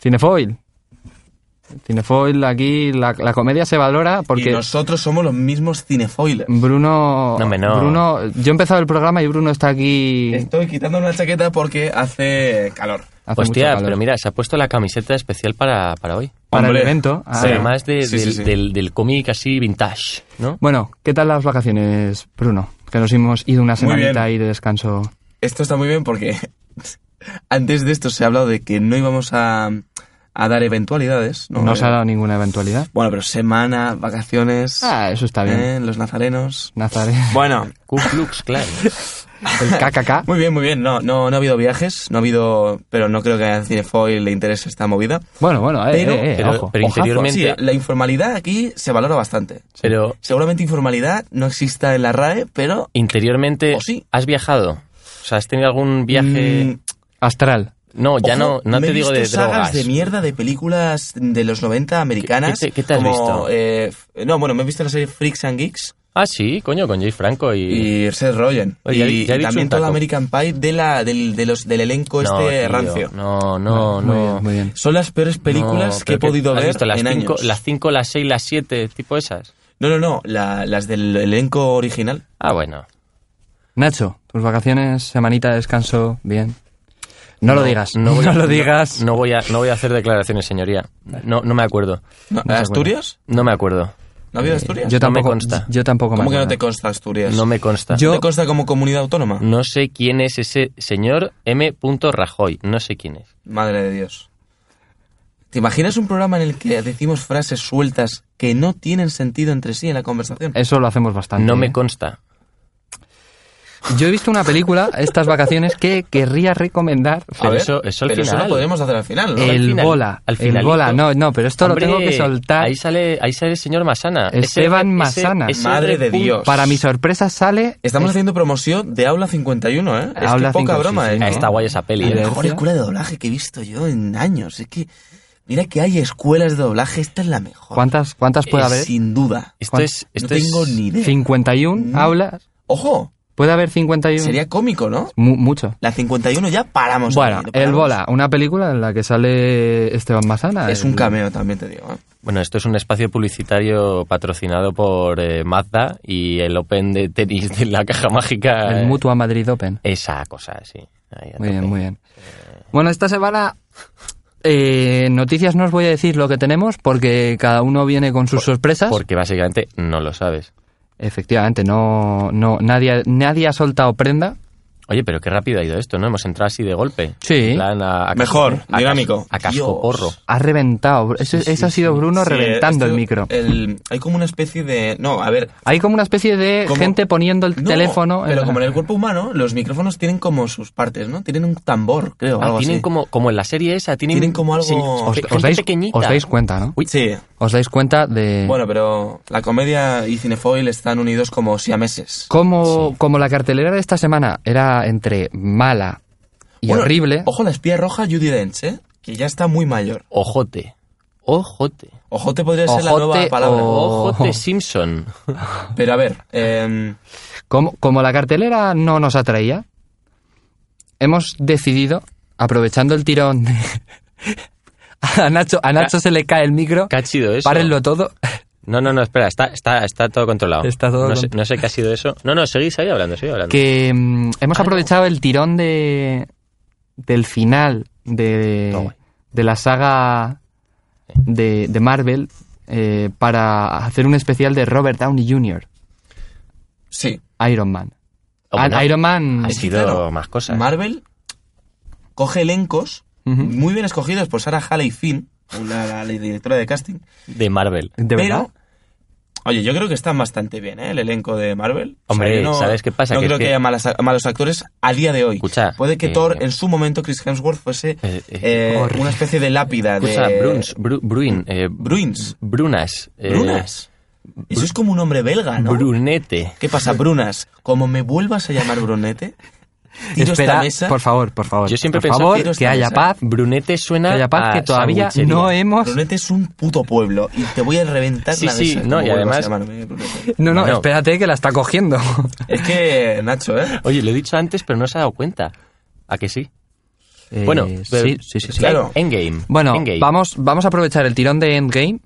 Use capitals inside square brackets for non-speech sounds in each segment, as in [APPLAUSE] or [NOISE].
Cinefoil. Cinefoil, aquí la, la comedia se valora porque... Mm. Y nosotros somos los mismos cinefoilers. Bruno, No, hombre, no. Bruno, yo he empezado el programa y Bruno está aquí. Estoy quitándome la chaqueta porque hace calor. hace mucho Hostia, calor. pues pero mira, se ha puesto la camiseta especial para, para hoy. Para Hombre. el evento. ah. Sí. Además de- Sí, del, sí, sí. del- del cómic así vintage, ¿no? Bueno, ¿qué tal las vacaciones, Bruno? Que nos hemos ido una Muy bien. semanita ahí de descanso. Esto está muy bien porque [LAUGHS] antes de esto se ha hablado de que no íbamos a, a dar eventualidades. No, se ha dado ninguna eventualidad. Bueno, pero semana, vacaciones, Ah, eso está bien. eh, los nazarenos. Nazaré. Bueno, Ku Klux [LAUGHS] Klan. El [LAUGHS] KKK. muy bien, muy bien. No, no, no ha habido viajes, no ha habido... Pero no creo que a Cinefoil le interese esta movida. Bueno, bueno, eh, Pero- eh, eh, pero- ojo. pero Ojazo. interiormente- Sí, la informalidad aquí se valora bastante. Pero Seguramente informalidad no exista en la RAE, pero... interiormente, O Oh, sí. ¿has viajado? O sea, ¿has tenido algún viaje...? mm, Astral. no, ya Ojo, no, no me te he digo de visto sagas drogas. de mierda de películas de los 90 americanas. qué te- qué te has como, visto? eh, f- no, bueno, me he visto la serie Freaks and Geeks ah, sí, coño, con Jay Franco y... y Seth Rogen. Oye, ya he y dicho un también todo el taco. American Pie de la, del, de los, del elenco no, este tío, rancio. No, no, Muy no. bien, muy bien. Son las peores películas No, que he pero ¿qué- podido has ver visto las en cinco, años. Las 5, las 6, las 7, tipo esas. No, no, no, la- las del elenco original. Ah, bueno. Nacho, tus vacaciones, semanita de descanso, bien. No, lo digas, no, no [LAUGHS] voy a- lo digas. No voy a, no voy a hacer declaraciones, señoría. No, no Eh, me acuerdo. No, ¿Asturias? No me acuerdo. ¿No ha habido Asturias? Yo No me tampoco, consta. Yo tampoco ¿Cómo me que no acuerdo. te consta Asturias? No me consta. Yo- ¿Te consta como comunidad autónoma? No sé quién es ese señor M. Rajoy. No sé quién es. Madre de Dios. ¿Te imaginas un programa en el que decimos frases sueltas que no tienen sentido entre sí en la conversación? Eso lo hacemos bastante. No ¿eh? me consta. Yo he visto una película estas vacaciones que querría recomendar. pero eso- eso al pero eso final. lo podremos hacer al final, ¿no? El Eh, al final- bola. al el finalito. bola. No, no, pero esto Hombre, lo tengo que soltar. Ahí sale, ahí sale el señor Masana. Esteban Massana. Madre de pun- Dios. Para mi sorpresa sale. eh, eh, es- Estamos haciendo promoción de Aula 51, ¿eh? Es Aula que poca 5, broma, sí, sí, ¿eh? Ah, ¿no? Está guay esa peli. La ¿eh? mejor escuela de doblaje que he visto yo en años. Es que, mira que hay escuelas de doblaje, esta es la mejor. ¿Cuántas, cuántas puede Eh, haber? Sin duda. Esto es, No esto es- tengo ni idea. 51 aulas. Ojo, ¿Puede haber 51? sería cómico, ¿no? Mu- mucho. La 51 ya paramos. Bueno, aquí, no El paramos. Bola, una película en la que sale Esteban Massana. Es un cameo, también te digo. ¿eh? Bueno, esto es un espacio publicitario patrocinado por eh, Mazda y el Open de tenis de la caja mágica. El eh, Mutua Madrid Open. Esa cosa, sí. Ahí a Muy bien, tope. muy bien. Bueno, esta semana eh, noticias no os voy a decir lo que tenemos porque cada uno viene con sus sorpresas. Porque básicamente no lo sabes. Efectivamente, no, no, nadie, nadie ha soltado prenda. Oye, pero qué rápido ha ido esto, ¿no? Hemos entrado así de golpe. Sí. En plan a- a- Mejor, a cas- dinámico. A casco Dios. porro. Ha reventado. Eso, eso ha sido Bruno Sí, eh, reventando el esto- micro. el- hay como una especie de... No, a ver, Hay como una especie de Como- gente poniendo el No, teléfono. en Pero la- como en el cuerpo humano, los micrófonos tienen como sus partes, ¿no? Tienen un tambor, creo, Ah, algo tienen así. como, como en la serie esa, tienen, Tienen como algo- se- os, gente os dais, pequeñita. os dais cuenta, ¿no? Sí. Os dais cuenta de Bueno, pero la comedia y cinefoil están unidos como siameses. cómo, cómo la cartelera de esta semana era entre mala y Bueno, oh. horrible. Ojo, la espía roja Judy Dench, ¿eh? Que ya está muy mayor. Ojote. Ojote. Ojo, te podría ser la Ojote nueva palabra. o- Ojote Simpson. Pero a ver, eh, Como, como la cartelera no nos atraía, hemos decidido, aprovechando el tirón de... [LAUGHS] a Nacho, a Nacho se le cae el micro, ¿Qué ha sido eso? párenlo todo. No, no, no, espera, está, está, está todo controlado. Está todo no, sé, contro- no sé qué ha sido eso. No, no, seguís ahí hablando, seguís hablando. Que mm, hemos aprovechado el tirón de del final de, Está guay. de la saga de, de Marvel eh, para hacer un especial de Robert Downey Jr., Sí. Iron Man. Hombre, Al- no, Iron Man. Ha sí, sido claro. más cosas. Marvel coge elencos Ujú. muy bien escogidos por Sarah Haley Finn, una- la, la directora de casting. de Marvel. ¿De pero, verdad? Oye, yo creo que están bastante bien, ¿eh? El elenco de Marvel. Hombre, yo ¿sabes qué pasa? No Que creo es que, que- haya malas- malos actores a día de hoy. Escucha, Puede que eh, Thor, en su momento, Chris Hemsworth, fuese Eh, eh, eh, horrible. una especie de lápida de... Escucha, Bruns, Bru- Bruin, eh, Bruins. Brunas. eh, Brunas. Eso es como un hombre belga, ¿no? Brunete. ¿Qué pasa, Brunas? Como me vuelvas a llamar Brunete, tiro Espera, esta mesa... por favor, por favor. Yo siempre he por pensado- favor, Quiero que esta haya mesa. paz. Brunete Que suena haya paz, a que todavía sanguchería. no hemos. Brunete es un puto pueblo y te voy a reventar Sí, la sí, mesa. no, como y vuelvas a además- llamarme Brunete. No, no, Bueno. espérate que la está cogiendo. Es que, Nacho, ¿eh? Oye, lo he dicho antes, pero no se ha dado cuenta. ¿A que sí? bueno, Eh, pero- sí, sí, sí. sí. claro. Endgame. Bueno, Endgame. vamos, vamos a aprovechar el tirón de Endgame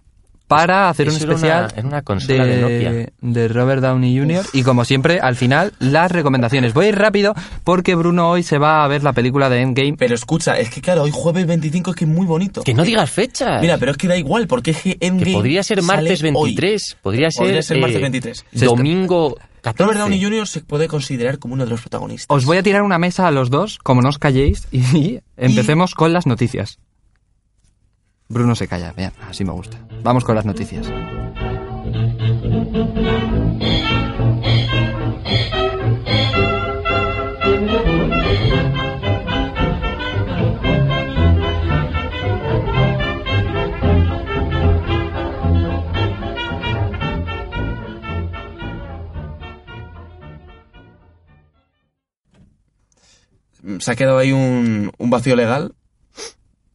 para hacer un Eso era especial una- era una consola de Nokia. de Robert Downey Jr. Y como siempre, al final, las recomendaciones. Voy a ir rápido porque Bruno hoy se va a ver la película de Endgame. Pero escucha, es que claro, hoy jueves 25 es que es muy bonito. Que no digas fechas. Mira, pero es que da igual, porque es que Endgame que podría ser sale martes hoy. 23. Podría ser, Podría ser martes eh, 23. Se está- Domingo 14. Robert Downey Jr. se puede considerar como uno de los protagonistas. Os voy a tirar una mesa a los dos, como no os calléis, [LAUGHS] y empecemos con las noticias. Bruno se calla, bien, así me gusta. Vamos con las noticias. Mm, Se ha quedado ahí un, un vacío legal.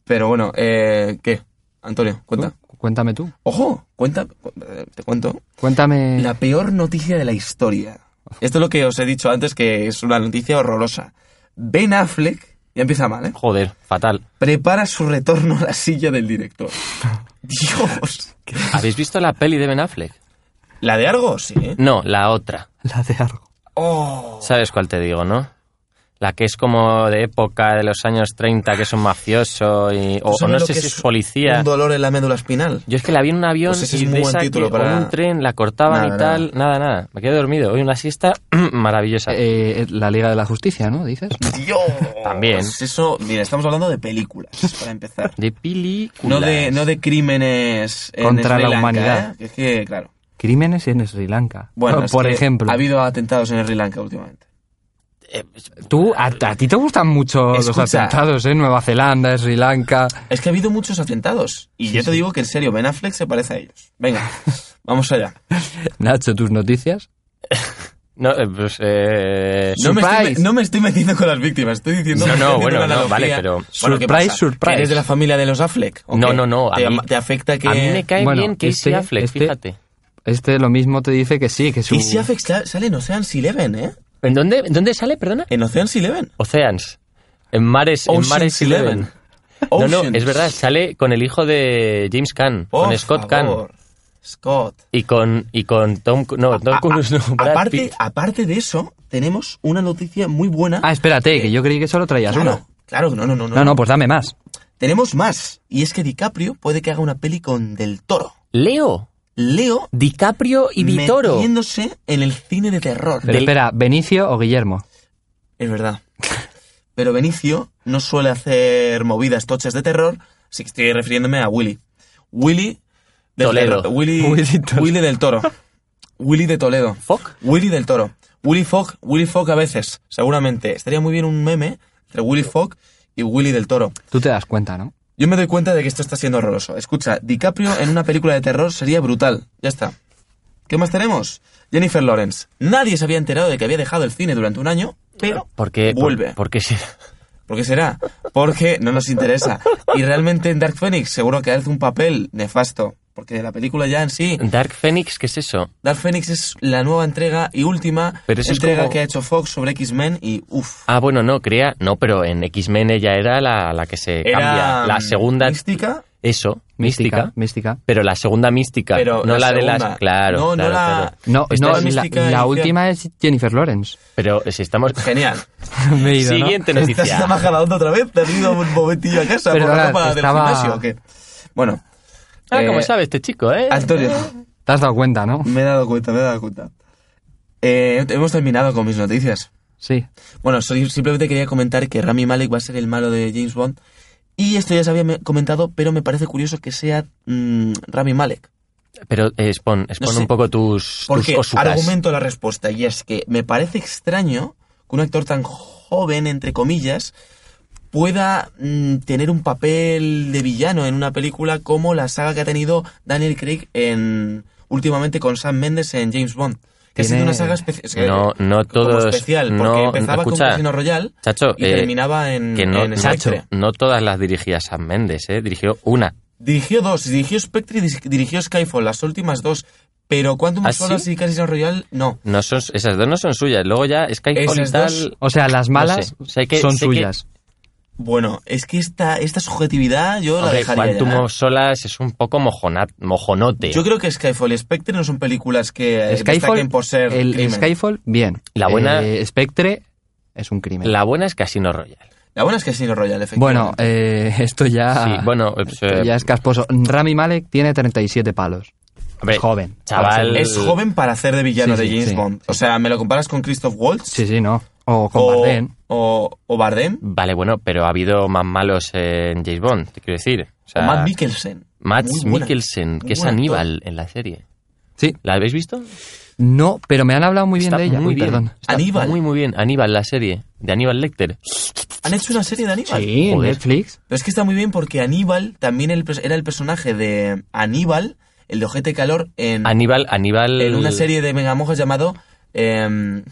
Pero bueno, eh, ¿qué? Antonio, cuenta. Tú, Cuéntame tú. Ojo, cuenta, cu- eh, te cuento. Cuéntame. Eh. La peor noticia de la historia. Esto es lo que os he dicho antes, que es una noticia horrorosa. Ben Affleck, ya empieza mal, ¿eh? Joder, fatal. Prepara su retorno a la silla del [LAUGHS] director. Dios. ¿Habéis visto la peli de Ben Affleck? La de Argos, sí, ¿eh? No, la otra. La de Argo. Oh. ¿Sabes cuál te digo, no? La que es como de época de los años 30, que es un mafioso y, o, ¿Tú o sabes no lo sé que si es policía. Un dolor en la médula espinal. Yo es que la vi en un avión Pues ese es y un de buen esa que- título o para- en un tren la cortaban Nada, y tal, nada. nada, Me quedé dormido. Hoy una siesta [CLEARS THROAT] maravillosa. Eh, la Liga de la Justicia, ¿no? Dices. Dios. Pues También. Eso, mira, estamos hablando de películas, para empezar. de película. No de, no de crímenes en Contra Sri la Lanka, humanidad. ¿eh? Es que, claro. Crímenes en Sri Lanka. Bueno, por, es por que ejemplo. Ha habido atentados en Sri Lanka últimamente. Tú, a, a ti te gustan mucho Escucha. los atentados, ¿eh? Nueva Zelanda, Sri Lanka. Es que ha habido muchos atentados. Y yo te digo que en serio, Ben Affleck se parece a ellos. Venga, vamos allá. Nacho, tus noticias. No, eh, pues, eh, No me, estoy, Surprise. no me estoy metiendo con las víctimas, estoy diciendo. No, no, haciendo bueno, una no, analogía. vale, pero- Bueno, ¿qué Surprise, pasa? surprise. ¿Que ¿Eres de la familia de los Affleck? o No, qué? no, no, a ¿Te, mí- te afecta que.? a mí me cae Bueno, bien Casey este- Affleck, este- fíjate. Este lo mismo te dice que sí, que su... Y si Affleck sa- sale en Ocean's Eleven, ¿eh? ¿En dónde, en dónde sale, perdona? En Ocean's Eleven. Oceans. En Mares, en Ocean's Mares Eleven. Eleven. No, no, Oceans. es verdad, sale con el hijo de James Caan, Por con Scott favor, Caan. Scott. Y con, y con Tom... Cru- No, Tom A- Cruise no, a- Brad aparte, Pitt. aparte de eso, tenemos una noticia muy buena. Ah, espérate, que yo creí que solo traías claro, claro, no, no, no, no. una. No, no, pues dame más. Tenemos más. Y es que DiCaprio puede que haga una peli con Del Toro. Leo, Leo DiCaprio y Vitoro. metiéndose en el cine de terror. Pero Del- espera, ¿Benicio o Guillermo? Es verdad. Pero Benicio no suele hacer movidas tochas de terror, si estoy refiriéndome a Willy. Willy del Toledo. Terror- [LAUGHS] Willy, Willy Toledo. Willy del Toro. Willy de Toledo. Fuck. Willy del Toro. Willy Fogg, Willy Fogg a veces, seguramente. Estaría muy bien un meme entre Willy Fogg y Willy del Toro. Tú te das cuenta, ¿no? Yo me doy cuenta de que esto está siendo horroroso. Escucha, DiCaprio en una película de terror sería brutal. Ya está. ¿Qué más tenemos? Jennifer Lawrence. Nadie se había enterado de que había dejado el cine durante un año, pero ¿Por qué? por- vuelve. ¿Por qué será? [LAUGHS] ¿Por qué será? Porque no nos interesa. Y realmente en Dark Phoenix seguro que hace un papel nefasto. Porque la película ya en sí, Dark Phoenix, ¿qué es eso? Dark Phoenix es la nueva entrega y última Pero eso es entrega como- que ha hecho Fox sobre X-Men y uff. Ah, bueno, no, crea... No, pero en X-Men ella era la, la que se cambia. La segunda... mm, Mística, Eso, mística. Mística. Pero la segunda mística, Pero no la la, de segunda. las... Claro, No, no claro, la- claro. No, Esta no, es la, mística la inicial. última es Jennifer Lawrence. [LAUGHS] Pero eh, si estamos... genial. Me he ido, ¿no? Siguiente Estás noticia. más la onda otra vez, te has ido un momentillo a casa Perdona, por la ropa del estaba- gimnasio o qué. Bueno, Ah, ¿cómo Eh, sabe este chico, eh? Antonio, Te has dado cuenta, ¿no? me he dado cuenta, me he dado cuenta. Eh, hemos terminado con mis noticias. Sí. Bueno, soy- simplemente quería comentar que Rami Malek va a ser el malo de James Bond. Y esto ya se había me- comentado, pero me parece curioso que sea mm, Rami Malek. Pero eh, expon, expon sé. un poco tus, tus Porque cosucas. argumento la respuesta, y es que me parece extraño que un actor tan joven, entre comillas, pueda mm, tener un papel de villano en una película como la saga que ha tenido Daniel Craig en últimamente con Sam Mendes en James Bond. Que ha sido Tiene- una saga especial. No, no todos- especial, porque no, empezaba escucha, con Casino Royal Chacho, y eh, terminaba en, que no, en Nacho, Spectre. no todas las dirigía Sam Méndez, ¿eh? dirigió una. Dirigió dos, dirigió Spectre y dis- dirigió Skyfall, las últimas dos. Pero Quantum ¿Ah, of Solace sí? y Casino Royal, no. No son, esas dos no son suyas. Luego ya Skyfall y Esas tal. dos- O sea, las malas No sé. Sé que- son sé que- suyas. Bueno, es que esta, esta subjetividad yo la Hombre, dejaría Quantum ya. of Solace es un poco mojona- mojonote. Yo creo que Skyfall y Spectre no son películas que eh, Skyfall, destaquen por ser el crimen. Skyfall, bien. La buena- Eh, Spectre es un crimen. La buena es Casino Royale. La buena es Casino Royal, efectivamente. Bueno, eh, [LAUGHS] esto ya, Sí, bueno, pues, esto eh, ya es casposo. Rami Malek tiene 37 palos. Hombre, Joven. Chaval. es joven para hacer de villano Sí, de sí, James sí, Bond. O sea, ¿me lo comparas con Christoph Waltz? Sí, sí, no. O con o, Bardem. O, o Bardem. Vale, bueno, pero ha habido más malos en James Bond, te quiero decir. O sea, o Matt Mikkelsen. Mads Muy buena. Mikkelsen, Muy que es buen actor. Aníbal en la serie. Sí. ¿La habéis visto? No, pero me han hablado muy bien Está de ella. muy Uy, bien. perdón. Está Aníbal. Muy, muy bien. Aníbal, la serie de Aníbal Lecter. ¿Han hecho una serie de Aníbal? Sí, en Joder. Netflix. Pero es que está muy bien porque Aníbal también el pers- era el personaje de Aníbal, el de Ojete Calor, en, Aníbal, Aníbal. en una serie de megamojas llamado... em,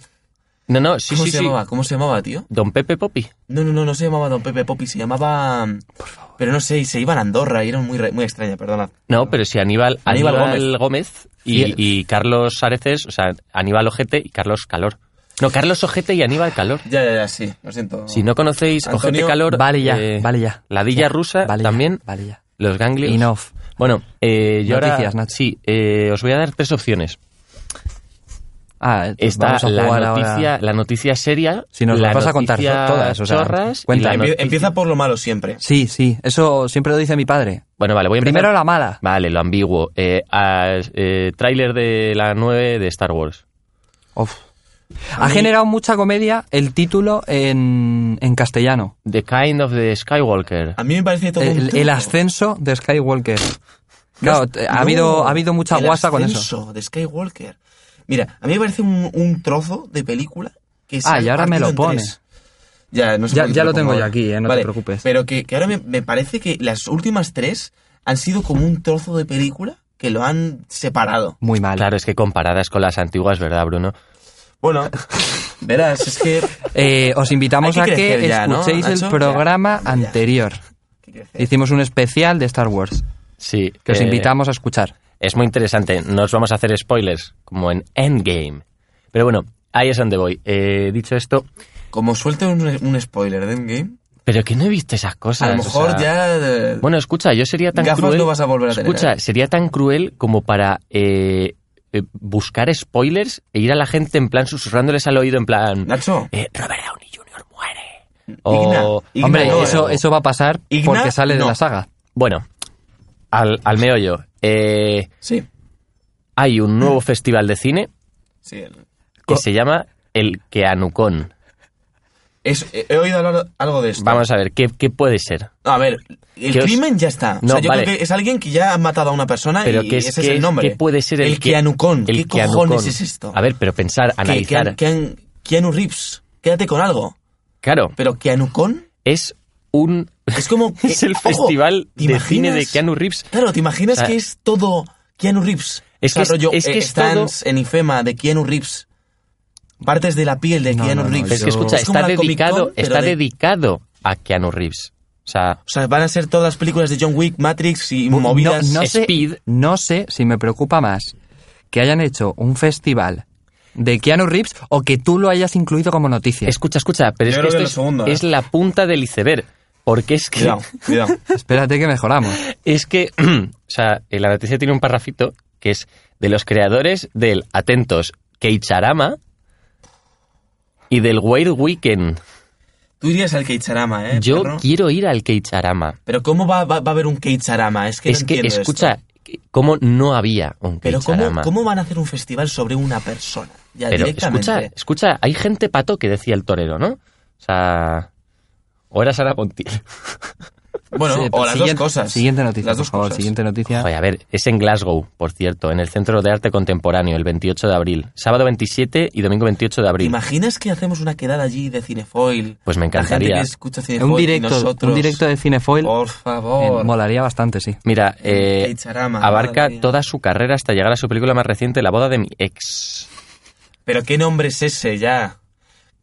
No, no, sí, ¿Cómo sí, se sí. llamaba? ¿Cómo se llamaba, tío? Don Pepe Poppy. No, no, no, no se llamaba Don Pepe Poppy, se llamaba... Por favor. Pero no sé, y se iban a Andorra y era muy, re- muy extraña, perdona. No, pero sí, Aníbal, Aníbal, Aníbal Gómez, y, y Carlos Areces, o sea, Aníbal Ojete y Carlos Calor. No, Carlos Ojete y Aníbal Calor. Ya, ya, ya, sí, lo siento. Si no conocéis Ojete Antonio, Calor, Vale ya, eh, vale ya. La Dilla Rusa Vale ya, también, vale ya. los ganglios. Enough. Bueno, eh, yo Noticias, ahora, Nacho. sí, eh, os voy a dar tres opciones. Ah, Está vamos a la jugar noticia, ahora. la noticia seria, Si nos la las vas a contar noticia todas, o sea, chorras y cuenta. la Empie- noticia- Empieza por lo malo siempre. Sí, sí, eso siempre lo dice mi padre. Bueno, vale, voy a empezar- Primero la mala. Vale, lo ambiguo. Eh, a- eh, tráiler de la 9 de Star Wars. Uf. Ha mí- generado mucha comedia el título en, en castellano. The Kind of the Skywalker. A mí me parece todo un El, el truco. ascenso de Skywalker. Claro, te- ha, No, habido, ha habido mucha el guasa con eso. ascenso de Skywalker. Mira, a mí me parece un, un trozo de película que se Ah, ha y ahora me partido lo en pone. tres. Ya, no sé Ya- por qué ya te lo tengo pongo yo ahora. aquí, eh, no te Vale, preocupes. Pero que, que ahora me, me parece que las últimas tres han sido como un trozo de película que lo han separado. Muy mal. Claro, es que comparadas con las antiguas, ¿verdad, Bruno? Bueno, [LAUGHS] verás, es que... Eh, os invitamos Hay a que que crecer ya, ¿no, escuchéis el Nacho? programa Ya, ya. Eh. anterior. Hicimos un especial de Star Wars Sí. que os eh, invitamos a escuchar. Es muy interesante. No os vamos a hacer spoilers, como en Endgame. Pero bueno, ahí es donde voy. Eh, dicho esto, Como suelte un, un spoiler de Endgame, pero que no he visto esas cosas. a lo o mejor sea- ya... eh, Bueno, escucha, yo sería tan Gafas cruel. no vas a volver a tener, escucha, ¿eh? sería tan cruel como para eh, eh, buscar spoilers e ir a la gente en plan susurrándoles al oído en plan. Nacho. eh, Robert Downey Jr. muere. O, Igna, Hombre, no, eso, eh. eso va a pasar Igna, porque sale de no. la saga. Bueno, al, al meollo. Eh, Sí, hay un Mm. nuevo festival de cine sí. el- que se llama el Keanucon. Es, eh, he oído hablar algo de esto. Vamos a ver, ¿qué, qué puede ser? No, a ver, el Que os- crimen ya está. o No, sea, yo vale. creo que es alguien que ya ha matado a una persona Pero Ah, y que es, ese es que el es- nombre. ¿Qué puede ser el, El que- Keanucon. el ¿Qué Keanucon? cojones es esto? A ver, pero pensar, Que- que- analizar. que- Keanu Reeves. Quédate con algo. Claro, Pero Keanucon es un [LAUGHS] es como... es el [LAUGHS] ojo, festival ¿te de cine de imaginas? Keanu Reeves. Claro, ¿te imaginas O sea, que es todo Keanu Reeves? es O sea, que es- rollo, es que eh, es stands en ifema de Keanu Reeves. Partes de la piel de No, Keanu no, no, Reeves. Pero es que yo- escucha, Es como está la Comic Con, dedicado, pero está de- dedicado a Keanu Reeves. O sea, O sea, van a ser todas las películas de John Wick, Matrix y movidas. No, no sé, Speed. no sé si me preocupa más que hayan hecho un festival de Keanu Reeves o que tú lo hayas incluido como noticia. escucha, escucha, pero Yo es que creo esto que lo es, segundo, ¿eh? es la punta del iceberg. Porque es que, Cuidado, cuidado. Espérate que mejoramos. es que, [CLEARS THROAT] o sea, en la noticia tiene un parrafito que es de los creadores del, atentos, Keicharama y del Weird Weekend. [LAUGHS] Tú irías al Keicharama, ¿eh? Yo perro? quiero ir al Keicharama. Pero ¿cómo va, va- va a haber un Keicharama? Es que es no que, entiendo escucha, esto. cómo no había un Pero ¿cómo, Keicharama. ¿cómo van a hacer un festival sobre una persona? Ya Pero directamente. escucha, escucha, hay gente pato que decía el torero, ¿no? O sea, o era Sara Pontil. Bueno, Sí, o las siguiente- dos cosas. Siguiente noticia, Las por dos favor, cosas. siguiente Ah. noticia. Joder, a ver, es en Glasgow, por cierto, en el Centro de Arte Contemporáneo, el 28 de abril. Sábado 27 y domingo 28 de ¿Te abril. imaginas que hacemos una quedada allí de cinefoil? Pues La me gente encantaría. que escucha cinefoil Un y directo, nosotros. un directo de Cinefoil Por eh, favor. molaría bastante, sí. Mira, eh, Keicharama, abarca madre mía. toda su carrera hasta llegar a su película más reciente, La boda de mi ex. Pero qué nombre es ese ya.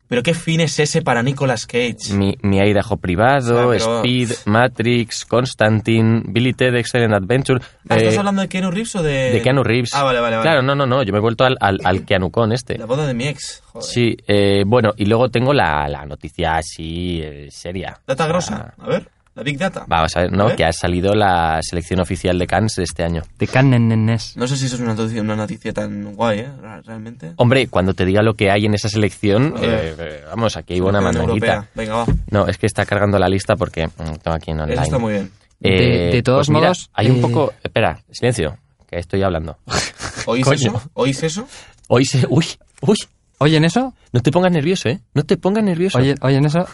Pero qué fin es ese para Nicolas Cage. Mi, mi Idaho privado, Ah, pero- Speed, Matrix, Constantine, Billy Ted, Excellent Adventure. Ah, ¿Estás eh, hablando de Keanu Reeves o de...? de Keanu Reeves. Ah, vale, vale, vale. Claro, no, no, no, yo me he vuelto al, al, [LAUGHS] al Keanu con este. La boda de mi ex. Joder. Sí, eh, bueno, y luego tengo la, la noticia así eh, seria. Data O sea, grosa. A ver, la Big Data. Vamos a ver, A ¿no? ver. Que ha salido la selección oficial de Cannes de este año. De Cannenes. No sé si eso es una noticia, una noticia tan guay, ¿eh? Ra- Realmente. Hombre, cuando te diga lo que hay en esa selección, A ver. eh, eh, vamos, aquí hay buena Opinión mandanguita. europea. Venga, va. No, es que está cargando la lista porque mm, tengo aquí en Eso online. Eh, pues está muy bien. De- de todos mira, modos, hay un eh, poco... Espera, silencio, que estoy hablando. [LAUGHS] ¿Oís Coño. eso? ¿Oís eso? Hoy se... Uy, uy, ¿Oyen eso? no te pongas nervioso, ¿eh? No te pongas nervioso. ¿Oyen, oyen eso?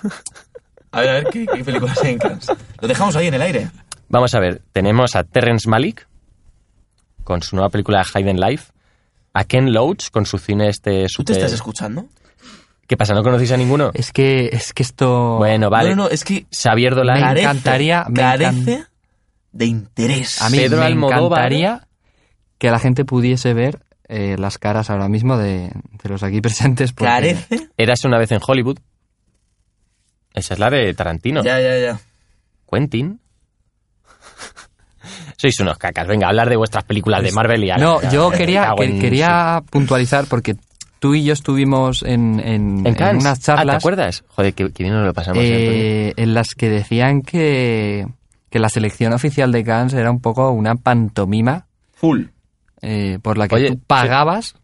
A ver, a ver, ¿qué, qué películas hay en Cannes? Lo dejamos ahí en el aire. Vamos a ver, tenemos a Terrence Malick con su nueva película Hidden Life, a Ken Loach con su cine ¿Tú te este Eh, super... estás escuchando? ¿Qué pasa? ¿No conocéis a ninguno? Es que, es que esto... Bueno, vale. No, no, no, es que Xavier Dolan, Me carece, encantaría- me carece de interés. a mí Pedro me Almodóvar. encantaría que la gente pudiese ver eh, las caras ahora mismo de, de los aquí [LAUGHS] presentes. porque- carece. Érase una vez en Hollywood. Esa es la de Tarantino. Ya, ya, ya. Quentin. [LAUGHS] Sois unos cacas. Venga, hablar de vuestras películas de Marvel y Pues, No, Ya, yo me quería, cago que- en- quería puntualizar porque tú y yo estuvimos en, en, En en Cannes. unas Ah, ¿Te charlas acuerdas? Joder, que, que bien nos lo pasamos. ¿eh, Antonio? eh, en las que decían que, que la selección oficial de Cannes era un poco una pantomima Full. eh, por la que Oye, tú pagabas,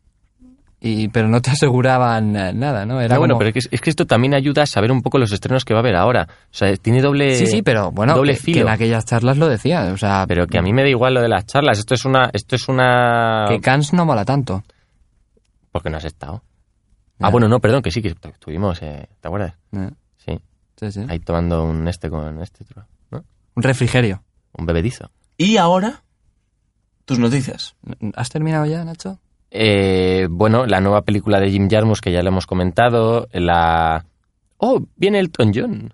y, pero no te aseguraban eh, nada, ¿no? Era No, Ah, bueno, como- pero es que, es que esto también ayuda a saber un poco los estrenos que va a haber ahora. O sea, tiene doble. Sí, sí, pero bueno, doble que, filo. que en aquellas charlas lo decía, o sea, Pero que a mí me da igual lo de las charlas. Esto es una. Esto es una. que Cannes no mola tanto. Porque no has estado. Ya. Ah, bueno, no, perdón, que sí, que estu- estuvimos. eh, ¿Te acuerdas? Eh, Sí. sí, sí. Ahí tomando un este con este otro, ¿no? Un refrigerio. Un bebedizo. Y ahora, tus noticias. ¿Has terminado ya, Nacho? Eh, bueno, la nueva película de Jim Jarmusch que ya lo hemos comentado. La. Oh, viene Elton John.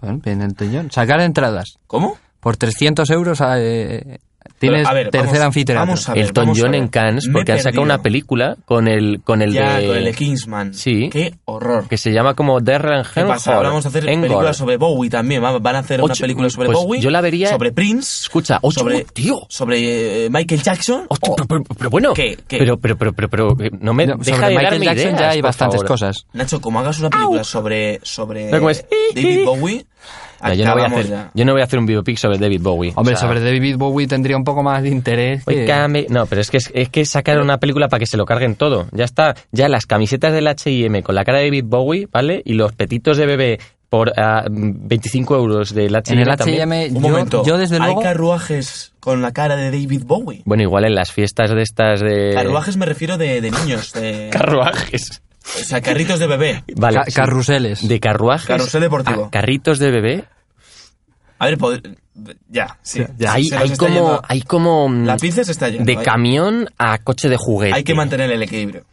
Bueno, bien, el tuñón. Sacar entradas. ¿Cómo? Por 300 euros eh, tienes a ver, tercer vamos- anfiteatro. vamos a ver. Elton vamos a John ver. en Cannes Me he porque han sacado perdido. una película con el con el ya, de, con el de Kingsman. Sí. Qué horror. que se llama como Derren ¿Qué pasa? Ahora vamos a hacer películas sobre Bowie también. va- Van a hacer una Ocho- película sobre pues Bowie. yo la vería- Sobre Prince. Escucha, ocho, sobre, tío. Sobre eh, Michael Jackson. Hostia, Oh, pero, pero- pero bueno, ¿Qué? ¿Qué? pero pero pero pero pero eh, no me No, deja sobre de Michael darme Jackson ideas, ya hay por bastantes favor. cosas. Nacho, como hagas una película sobre, sobre No, ¿cómo es? David Bowie, No, yo no voy a acabamos hacer ya. yo no voy a hacer un biopic sobre David Bowie. Hombre, o sea, sobre David Bowie tendría un poco más de interés. hoy que- came- No, pero es que es que sacaron una película para que se lo carguen todo. Ya está, ya las camisetas del H&M con la cara de David Bowie, ¿vale? Y los petitos de bebé por ah, 25 euros del En H&M el también. H&M, Un yo, momento. yo desde luego... Hay carruajes con la cara de David Bowie. Bueno, igual en las fiestas de estas de... Carruajes me refiero de, de niños. De, Carruajes. o sea, carritos de bebé. Vale. Ca- sí. Carruseles. De carruajes. Carrusel deportivo. a carritos de bebé. A ver, pod- ya, sí. Ya, hay, Se nos hay está como, yendo- hay como... mm, La pizza se está yendo. De hay- camión a coche de juguete. Hay que mantener el equilibrio.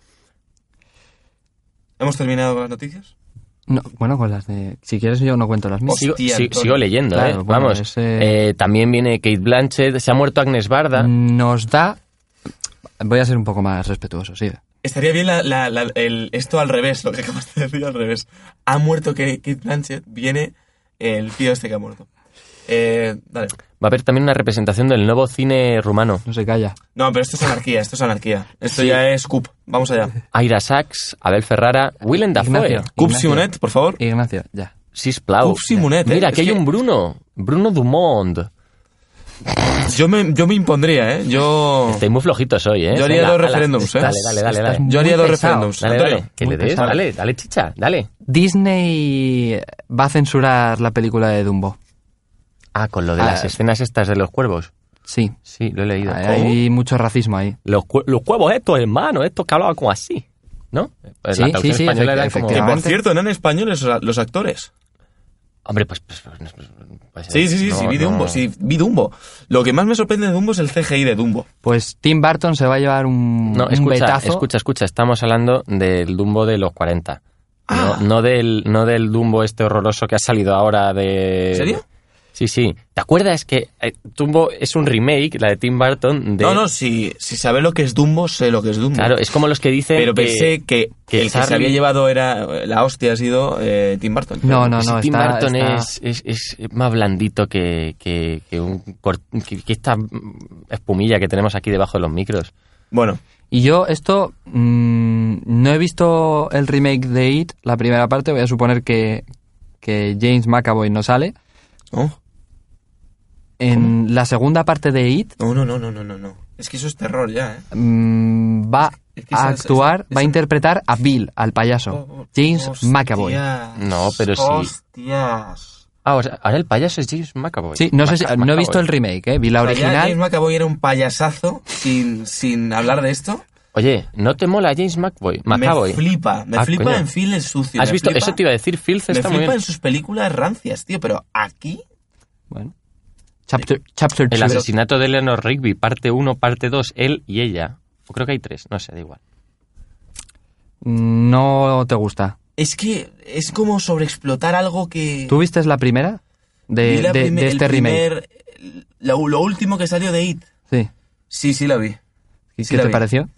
¿Hemos terminado con las noticias? No, bueno, con las de... Si quieres yo no cuento las mías. Sigo, Hostia, si- Antonio. sigo leyendo, Claro, ¿eh? bueno, Vamos. ese- eh, también viene Kate Blanchett. Se ha muerto Agnes Barda. Nos da... Voy a ser un poco más respetuoso, sí. Estaría bien la- la- la- el- esto al revés, lo que acabas de decir al revés. Ha muerto Kate Kate Blanchett, viene el tío este que ha muerto. Eh, dale. Va a haber también una representación del nuevo cine rumano. No se calla. No, pero esto es anarquía, esto es anarquía. Esto ya es Coop. Vamos allá. Aira Sachs, Abel Ferrara, Willem Dafoe, Ignacio. Coop Simonet, por favor. Ignacio, ya. Sis Plau. Uf, Simonet, ¿eh? Mira, Es aquí hay que- un Bruno. Bruno Dumont. Yo me, yo me impondría, ¿eh? Yo... Estáis muy flojitos hoy, ¿eh? Yo haría Venga, dos ala. referéndums, ¿eh? Dale, dale, dale. Estás dale. muy Yo haría dos pesado. referéndums. Dale, Antonio. dale, que Muy le des, pesado. dale, dale chicha, dale. Disney va a censurar la película de Dumbo. Ah, con lo de Ah. las escenas estas de los cuervos. Sí. Sí, lo he leído. Hay, hay mucho racismo ahí. Los, cue- los huevos estos, hermano, estos que hablaban como así, ¿no? Pues Sí, la traducción sí, sí, española era efecti- como... Que por Efectivamente. cierto, eran españoles los los actores. Hombre, pues... pues, pues, pues, pues, Sí, sí, sí, no, sí, vi no. Dumbo, sí, vi Dumbo. Lo que más me sorprende de Dumbo es el CGI de Dumbo. Pues Tim Burton se va a llevar un, No, un escucha, betazo. escucha, escucha, estamos hablando del Dumbo de los 40. Ah. No, no del, no del Dumbo este horroroso que ha salido ahora de... ¿En serio? Sí, sí. ¿Te acuerdas que eh, Dumbo es un remake, la de Tim Burton? De... No, no, si, si sabe lo que es Dumbo, sé lo que es Dumbo. Claro, es como los que dicen Pero que- pensé que, que el que se Charlie- había llevado era la hostia ha sido eh, Tim Burton. No, no, Ese no. Tim está- Burton está- Es, es, es más blandito que, que, que un cor- que- que esta espumilla que tenemos aquí debajo de los micros. Bueno, Y yo esto mm, no he visto el remake de It, la primera parte. Voy a suponer que, que James McAvoy no sale. no, En la segunda parte de It oh, no, no, no, no, no, no, no. Es que eso es terror ya, ¿eh? mm, va Es que a esa- esa- actuar, esa- va a interpretar a Bill, al payaso. James Oh, Hostias, McAvoy. No, pero sí. Hostias. Ah, o sea, ahora el payaso es James McAvoy. Sí, no sé si, Maca- no he McAvoy. visto el remake, eh, vi la O sea, ya James original. McAvoy era un payasazo sin, sin hablar de esto. Oye, ¿no te mola James McAvoy? Me McAvoy. flipa, me Ah, flipa coño. en Phil el sucio. ¿Has me visto? flipa- Eso te iba a decir, Filth Me está muy flipa bien. en sus películas rancias, tío, pero aquí Bueno. Chapter, chapter El two. asesinato de Eleanor Rigby, parte 1, parte 2, él y ella. O creo que hay tres, no sé, da igual. Mm, No te gusta. es que es como sobreexplotar algo que... ¿Tú viste la primera de, Vi la de- prime- de el este remake? primer- la- lo último que salió de It. Sí. Sí, sí, la vi. ¿Y Sí ¿Qué la te vi. pareció?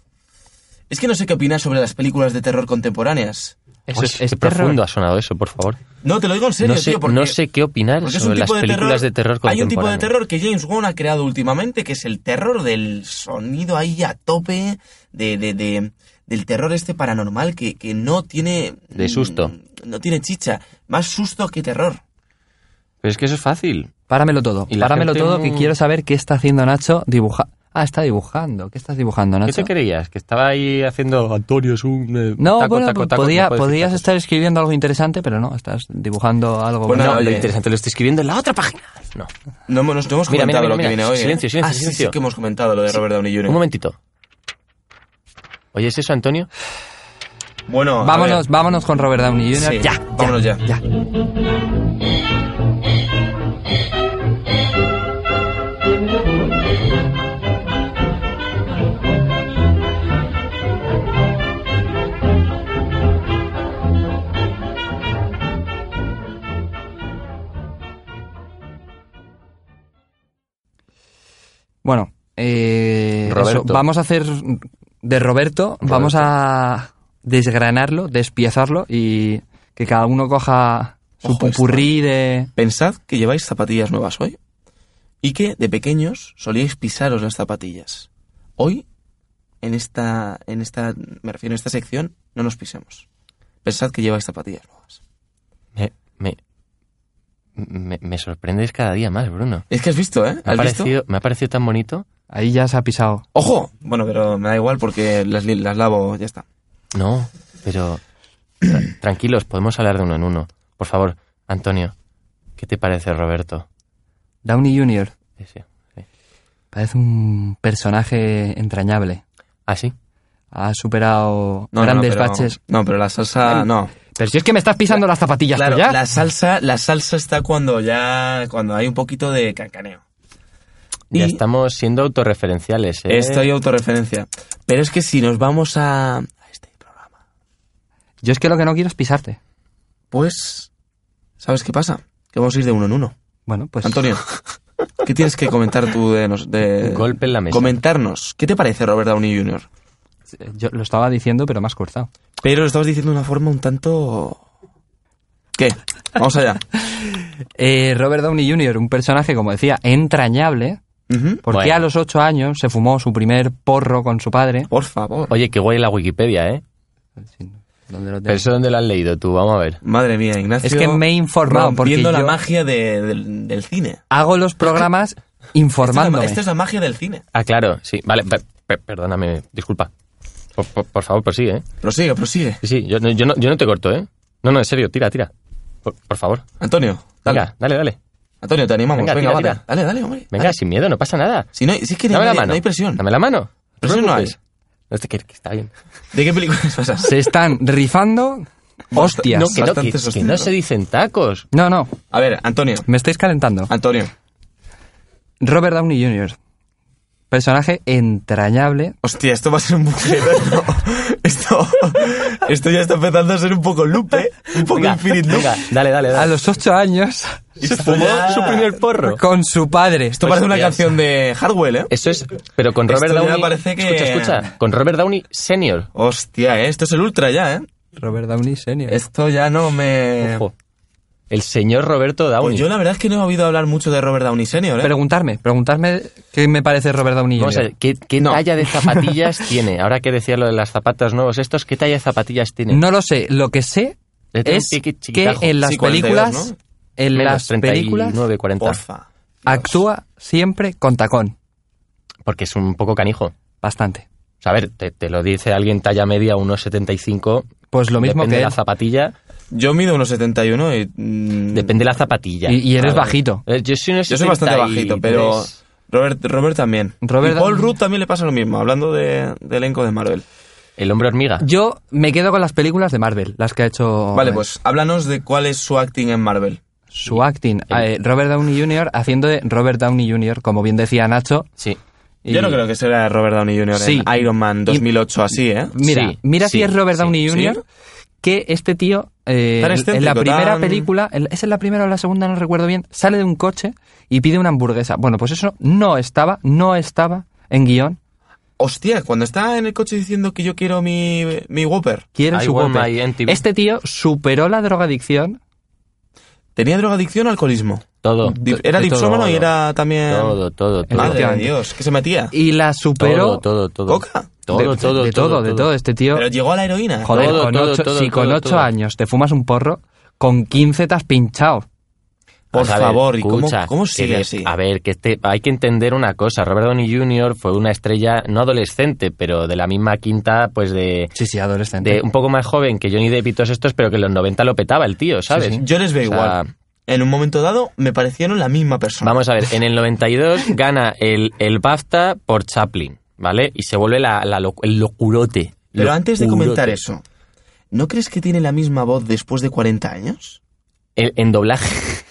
Es que no sé qué opinas sobre las películas de terror contemporáneas. Eso Uy, es, qué Pues es terror. profundo ha sonado eso, por favor. No, te lo digo en serio, No sé, tío, porque... no sé qué opinar porque es sobre un las tipo de películas de terror Hay un tipo de contemporáneo. terror que James Wan ha creado últimamente, que es el terror del sonido ahí a tope, de, de- de- del terror este paranormal que, que no tiene... mm, De susto. No tiene chicha. Más susto que terror. Pero es que eso es fácil. Páramelo todo. Y la Páramelo gente todo no- que quiero saber qué está haciendo Nacho dibuja. Ah, está dibujando. ¿Qué estás dibujando, ¿Qué Nacho? te creías? Que estaba ahí haciendo Antonio es un eh, No, taco, bueno, taco, po- taco, podía- no puedes podías decir estar escribiendo algo interesante, pero no, estás dibujando algo. Bueno, bueno. tacos. No, lo Vale. interesante lo estoy escribiendo en la otra página. No. No, hemos- no hemos Mira, mira, comentado mira, lo que mira. viene hoy. ¿eh? Silencio, silencio, Ah, sí, silencio. Sí, que hemos comentado lo de Robert Downey Jr. Un momentito. ¿Oyes eso, Antonio? Bueno, a vámonos, ver. vámonos con Robert Downey Jr. Sí, Ya, vámonos ya. ya. Bueno, eh, eso, Roberto. vamos a hacer de Roberto, vamos a desgranarlo, despiezarlo y que cada uno coja su Ojo, esto. eh. pupurrí de... Pensad que lleváis zapatillas nuevas hoy y que de pequeños solíais pisaros las zapatillas. Hoy, en esta, en esta, me refiero a esta sección, no nos pisemos. Pensad que lleváis zapatillas nuevas. Me, me, me, me sorprendes cada día más, Bruno. Es que has visto, ¿eh? Me ha, ¿Has visto? parecido, me ha parecido tan bonito. Ahí ya se ha pisado. ¡Ojo! Bueno, pero me da igual porque las, li- las lavo, ya está. No, pero [CLEARS THROAT] tra- tranquilos, podemos hablar de uno en uno. Por favor, Antonio, ¿qué te parece Roberto? Downey Jr. Sí, sí, sí. parece un personaje entrañable. ¿Ah, sí? Ha superado No, no, grandes pero- baches. No, pero la salsa, no. Pero si es que me estás pisando las zapatillas Claro, tú ya. la salsa, la salsa está cuando ya, cuando hay un poquito de cancaneo. Ya Y- estamos siendo autorreferenciales. ¿eh? Estoy autorreferencia. Pero es que si nos vamos a, a este programa, Yo es que lo que no quiero es pisarte. pues, ¿sabes qué pasa? Que vamos a ir de uno en uno. Bueno, pues... Antonio, ¿qué tienes que comentar tú de... nos- de- Un golpe en la mesa. Comentarnos, ¿qué te parece Robert Downey Jr.? eh, Yo lo estaba diciendo, pero más cortado. Pero lo estabas diciendo de una forma un tanto... ¿Qué? Vamos allá. Eh, Robert Downey Jr., un personaje, como decía, entrañable, Ujú. porque Bueno. a los ocho años se fumó su primer porro con su padre. Por favor. Oye, que guay la Wikipedia, ¿eh? Sí, ¿dónde lo Pero tengo? eso dónde lo has leído tú, vamos a ver. Madre mía, Ignacio. Es que me he informado, porque Rompiendo la yo- magia de- del, del cine. Hago los programas Esta es la ma- informándome. esta es la magia del cine. Ah, claro, sí. Vale, pe- pe- perdóname, disculpa. Por, por- por favor, prosigue, ¿eh? Prosigue, prosigue. Sí, sí, yo, no- yo no, yo no te corto, ¿eh? No, no, en serio, tira, tira. Por, por favor. Antonio, dale. Venga, dale, dale. Antonio, te animamos. Venga, Venga, tira, vale. tira. Dale, dale, hombre. Venga, dale. sin miedo, no pasa nada. Si, no, si es que no, Dame la hay- mano. no hay presión. Dame la mano. te Presión no hay. preocupes. No te que está bien. ¿De qué películas pasas? Se están rifando hostias. No, que no, que, bastante que sostenido. no se dicen tacos. No, no, A ver, Antonio. me estáis calentando. Antonio. Robert Downey Jr. Personaje entrañable. Hostia, esto va a ser un [LAUGHS] bucle. Esto, esto ya está empezando a ser un poco loop, ¿eh? Un poco Venga, infinite loop. venga, dale, dale, A dale. los ocho años, Se Esto fumó ya- su primer porro. con su padre. Esto parece una Hostias. canción de Hardwell, ¿eh? Eso pues es, pero con Robert Esto ya Downey. parece que- Escucha, escucha. Con Robert Downey Senior. Hostia, ¿eh? Esto es el ultra ya, ¿eh? Pues, Robert Downey Sr. Esto ya no me... Ojo. El señor Roberto Downey. Eh, Pues yo la verdad es que no he oído hablar mucho de Robert Downey Sr., ¿eh? Preguntarme, preguntarme qué me parece Robert Downey Jr. Vamos a ver, ¿qué, qué No. talla [LAUGHS] de zapatillas tiene? Ahora que decía lo de las zapatas nuevos estos, ¿qué talla de zapatillas tiene? No lo sé. Lo que sé Le tengo es un piqui que chiquitajo. en las Sí, 42, películas, ¿no? en Menos, las 39, películas 40. Porfa. actúa siempre con tacón, Porque es un poco canijo. O bastante. sea, a ver, te, te lo dice alguien talla media, 1,75. Pues lo mismo depende de que la él. zapatilla. Yo mido unos 71 y... mm, Depende de la zapatilla. Y- y eres A ver. bajito. Eh, Yo soy, unos Yo soy bastante 73. bajito, pero... Robert, Robert también. Robert y Paul Downey- Rudd también le pasa lo mismo, hablando de, de elenco de Marvel. El hombre hormiga. Yo me quedo con las películas de Marvel, las que ha hecho Vale, eh, pues háblanos de cuál es su acting en Marvel. su acting. El- Eh, Robert Downey Jr. haciendo de Robert Downey Jr., como bien decía Nacho. Sí. Y- Yo no creo que sea Robert Downey Jr. Sí. en Iron Man 2008 así, ¿eh? Mira, Sí, mira sí, si es Robert sí, Downey sí. Jr., que este tío, eh, en Tan la excéntrico, primera tan- película, en- es en la primera o la segunda, no recuerdo bien, sale de un coche y pide una hamburguesa. Bueno, pues eso no estaba, no estaba en guión. Hostia, cuando está en el coche diciendo que yo quiero mi, mi Whopper. Quieren I su want Whopper. my MTV. Este tío superó la drogadicción. ¿Tenía drogadicción o alcoholismo? Todo. Dip- Era de dipsómano todo. y era eh, también... Todo, todo, Madre de todo. Efectivamente. Dios, ¿qué se metía? Y la superó. Todo, todo, todo. ¿Coca? Todo, de, todo, de todo, de todo. Este tío. Pero llegó a la heroína. Joder, Todo, con todo, ocho- todo, si todo, con 8 todo. años te fumas un porro, con 15 te has pinchado. Por A ver, favor, ¿y cómo, escucha, cómo que sigue de- así? A ver, que este, hay que entender una cosa. Robert Downey Jr. fue una estrella no adolescente, pero de la misma quinta, pues de, Sí, sí, adolescente. [LAUGHS] de un poco más joven que Johnny Depp y todos estos, pero que en los 90 lo petaba el tío, ¿sabes? sí. Yo les veo O sea, igual. En un momento dado me parecieron la misma persona. Vamos a ver, en el 92 gana el, el BAFTA por Chaplin, ¿vale? Y se vuelve la, la lo- el locurote. Pero antes de Locurote. comentar eso, ¿no crees que tiene la misma voz después de 40 años? El- en doblaje.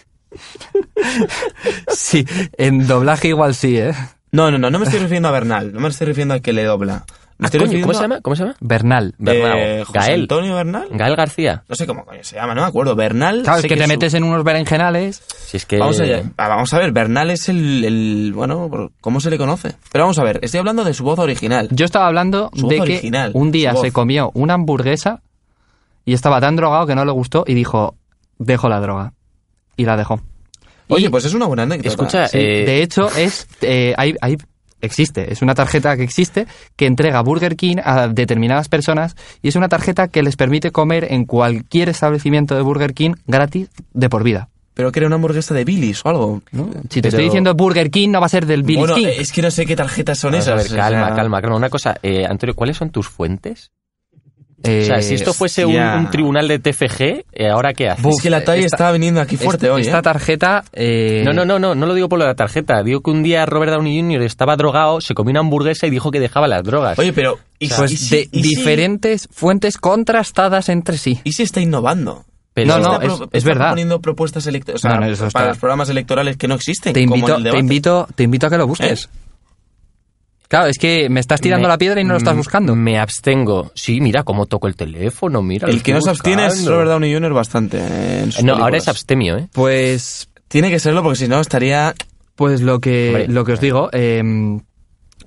Sí, en doblaje igual sí, ¿eh? No, no, no, no me [LAUGHS] estoy refiriendo a Bernal, no me estoy refiriendo a que le dobla. Me Ah, estoy coño, refiriendo ¿Cómo se llama? ¿Cómo se llama? Bernal. a, eh, Bernal. José Gael. Antonio Bernal. Gael García. No sé cómo coño se llama, no me acuerdo. Bernal. Sabes sé que te es su- metes en unos berenjenales. Si es que... Vamos, allá. Ah, vamos a ver, Bernal es el, el- Bueno, ¿cómo se le conoce? Pero vamos a ver, estoy hablando de su voz original. Yo estaba hablando Su voz de que original, un su día voz. se comió una hamburguesa y estaba tan drogado que no le gustó y dijo, dejo la droga. Y la dejó. Oye, Y- pues es una buena anécdota. Escucha, Sí, eh, de hecho, es eh, hay, hay- existe, es una tarjeta que existe que entrega Burger King a determinadas personas y es una tarjeta que les permite comer en cualquier establecimiento de Burger King gratis de por vida. Pero que era una hamburguesa de Billy's o algo. ¿no? Si te Pero- estoy diciendo Burger King, no va a ser del Billy bueno, King. es que no sé qué tarjetas son Vamos a esas. ver, o calma, sea, calma, calma. Una cosa, eh, Antonio, ¿cuáles son tus fuentes? Eh, o sea, si esto fuese un, hostia. un tribunal de TFG, eh, ¿ahora qué haces? Bu- Es que la talla Esta- estaba viniendo aquí esta- fuerte hoy. Esta ¿eh? tarjeta... eh, No, no, no, no, no lo digo por lo de la tarjeta. Digo que un día Robert Downey Jr. estaba drogado, se comió una hamburguesa y dijo que dejaba las drogas. Oye, pero. ¿y, Pues y si- de y si- diferentes fuentes contrastadas entre sí. ¿Y si está innovando? Pero- no, ¿Y si no, está pro- es- es está verdad. proponiendo propuestas electorales. No, no, eso está- para los programas electorales que no existen. Te como en invito, el te debate. ¿Eh? invito, te invito a que lo busques. Claro, es que me estás tirando Me- la piedra y no lo estás mm, buscando. Me abstengo. Sí, mira cómo toco el teléfono, mira. lo El que no estoy se abstiene es buscando. Robert Downey Jr. bastante. eh, en sus No, ahora películas. es abstemio, ¿eh? Pues Tiene que serlo porque si no estaría. Pues lo que, Hombre. lo que os digo, eh,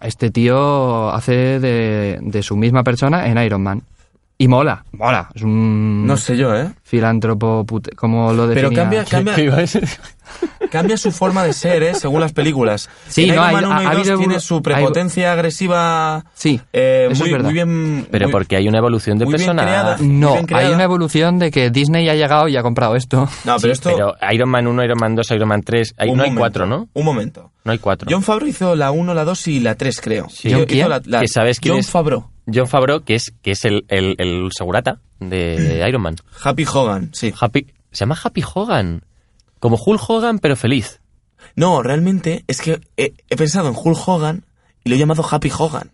este tío hace de, de su misma persona en Iron Man. Y mola, mola. Es un No sé yo, ¿eh? filántropo, pute- como lo definía. Pero cambia, cambia, ¿Qué iba a decir? cambia su forma de ser, ¿eh? Según las películas. Sí, En no, Iron hay- Man 1 y ha- ha 2 habido tiene un- su prepotencia agresiva. Sí, eh, eso muy, es verdad. muy bien. Pero muy- porque hay una evolución de muy bien creada. personaje. No, Muy bien hay creada. una evolución de que Disney ha llegado y ha comprado esto. [LAUGHS] No, pero Sí, esto. pero Iron Man 1, Iron Man 2, Iron Man 3. hay- un no hay momento, cuatro, ¿no? Un momento. No hay cuatro. John Favreau hizo la 1, la 2 y la 3, creo. Sí. Hizo- ¿John hizo quién? la- la- Que sabes quién John es. Favreau. John Favreau, que es, que es el, el, el segurata de Iron Man. Happy Hogan, sí. Happy, se llama Happy Hogan. Como Hulk Hogan, pero feliz. No, realmente es que he, he pensado en Hulk Hogan y lo he llamado Happy Hogan.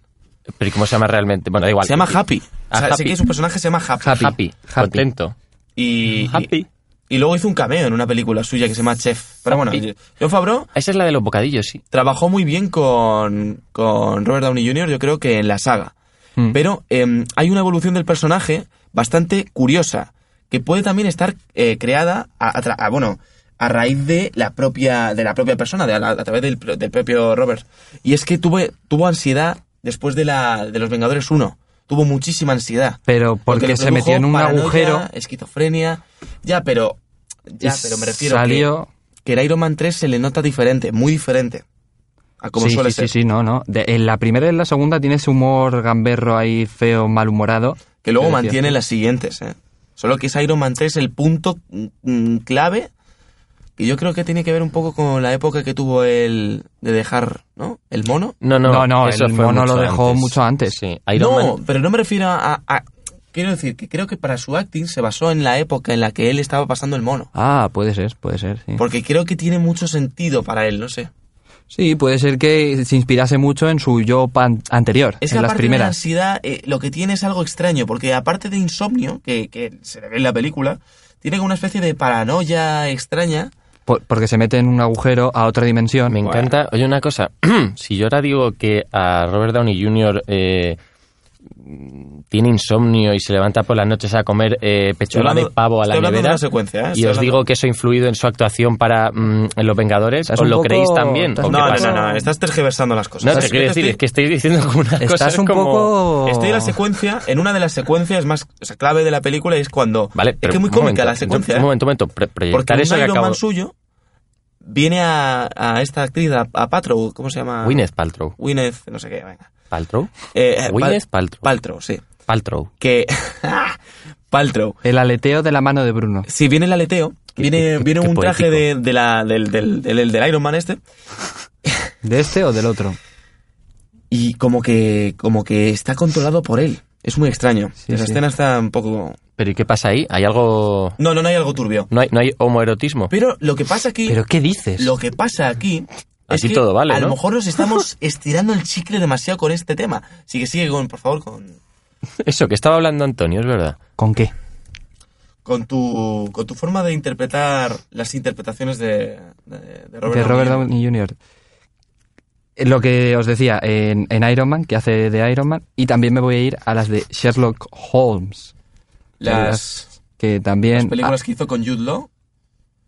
Pero ¿y cómo se llama realmente? Bueno, da igual. Se llama Happy. Ah, O sea, sé Happy. que su personaje se llama Happy. Happy. Happy. Happy. Contento. Y, y- Happy. Y, luego hizo un cameo en una película suya que se llama Chef. Pero bueno, Happy. John Favreau Esa es la de los bocadillos, sí. trabajó muy bien con, con Robert Downey Jr., yo creo que en la saga. Mm. Pero em, hay una evolución del personaje bastante curiosa, que puede también estar eh, creada a, a tra- a, bueno, a raíz de la propia, de la propia persona, de la- a través del, pro- del propio Robert. Y es que tuvo, tuvo ansiedad después de, la, de Los Vengadores 1. Tuvo muchísima ansiedad. Pero Porque porque le se produjo metió en un paranoia, agujero Esquizofrenia. Ya, pero. Ya, y pero me refiero a que, salió... que el Iron Man 3 se le nota diferente, muy diferente. A como sí, suele sí, ser. sí, sí, no, no. De- en la primera y en la segunda tiene ese humor gamberro ahí feo, malhumorado. Que luego Pero es mantiene cierto. las siguientes, ¿eh? Solo que es Iron Man 3 el punto mm, clave que yo creo que tiene que ver un poco con la época que tuvo el de dejar, ¿no? El mono. No, no, No, no, eso el fue mono mucho lo dejó mucho antes. Sí, Iron no, Man. pero no me refiero a, a- Quiero decir que creo que para su acting se basó en la época en la que él estaba pasando el mono. Ah, puede ser, puede ser, sí. Porque creo que tiene mucho sentido para él, no sé. Sí, puede ser que se inspirase mucho en su yo pan- anterior, Es que en las aparte de la primeras. ansiedad, eh, lo que tiene es algo extraño, porque aparte de insomnio, que, que se le ve en la película, tiene como una especie de paranoia extraña. Por- porque se mete en un agujero a otra dimensión. Me encanta. Oye, una cosa. [CLEARS THROAT] si yo ahora digo que a Robert Downey Jr. eh, tiene insomnio y se levanta por las noches a comer eh, pechuga hablando- de pavo a la estoy hablando de nevera una secuencia, ¿eh? y Estoy os hablando- digo que eso ha influido en su actuación para mm, en Los Vengadores, Estás ¿os un lo poco- creéis también? estás ¿O un qué No, no, pasa? no, no, estás tergiversando las cosas. No, te Es quiero decir, estoy- es que estoy diciendo como una cosa. Estás es un como- poco... Estoy en la secuencia, en una de las secuencias más o sea, clave de la película y es cuando... Vale, es pero que es muy un cómica momento, la secuencia, Un ¿eh? momento, un momento. pre- porque proyectar un eso que Iron acabo. Man suyo viene a, a esta actriz, a, a Patrow, ¿cómo se llama? Gwyneth Paltrow. Gwyneth, no sé qué, venga. ¿Paltrow? Eh, eh, Pal- Gwyneth Paltrow. Paltrow, sí. Paltrow. Que... [LAUGHS] Paltrow. El aleteo de la mano de Bruno. Si viene el aleteo, viene, qué- viene qué un traje de, poético. de la, del, del, del, del Iron Man este ¿De este o del otro? y como que, como que está controlado por él. Es muy extraño. Sí, Esa sí. escena está un poco... ¿Pero y qué pasa ahí? ¿Hay algo.? No, no, no hay algo turbio. ¿No hay, no hay [LAUGHS] homoerotismo? Pero lo que pasa aquí, ¿Pero qué dices? lo que pasa aquí es Aquí que todo vale, a lo ¿no? mejor nos estamos [LAUGHS] estirando el chicle demasiado con este tema. Sigue, sigue con, por favor, con, Eso que estaba hablando Antonio, es verdad. ¿Con qué? con tu con tu forma de interpretar las interpretaciones de, de, de Robert, de Robert Downey Jr. Downey Jr. Eh, Lo que os decía en, en Iron Man, que hace de Iron Man, y también me voy a ir a las de Sherlock Holmes, Las, que las también... películas que hizo con Jude Law,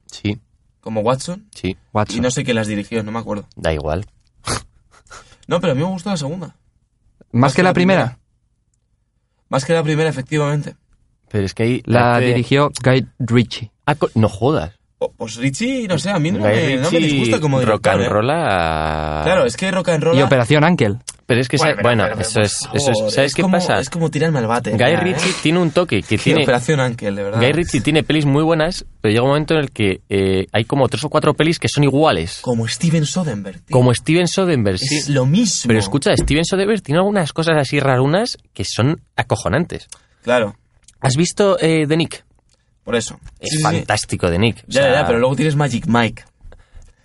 Sí, como Watson, sí. ah, Watson. y no sé qué las dirigió, no me acuerdo. Da igual. No, pero a mí me gustó la segunda. Más que la primera, Más que la primera, efectivamente. Pero es que ahí. la hace- dirigió Guy Ritchie. Ah, co- no jodas. O- pues Richie, no sé, a mí no, Guy me, no me Ritchie, disgusta como Rock director. and ¿eh? roll a- Claro, es que Rock and Roll... Y Operación Ángel. Pero es que. Bueno, esa- pero- Bueno, pero- eso es. pero, Eso es- joder, ¿Sabes qué como- pasa? Es como tirarme al bate. Guy ya, ¿eh? Ritchie tiene un toque Qué que tiene. Operación Ángel, de verdad. Guy Ritchie tiene pelis muy buenas, pero llega un momento en el que eh, hay como tres o cuatro pelis que son iguales. Como Steven Soderbergh. tío. Como Steven Soderbergh, sí. Es lo mismo. Pero escucha, Steven Soderbergh tiene algunas cosas así rarunas que son acojonantes. Claro, ¿Has visto eh, The Nick? por eso. Es Sí, sí, sí. fantástico The Nick. O Ya, sea, ya, pero luego tienes Magic Mike.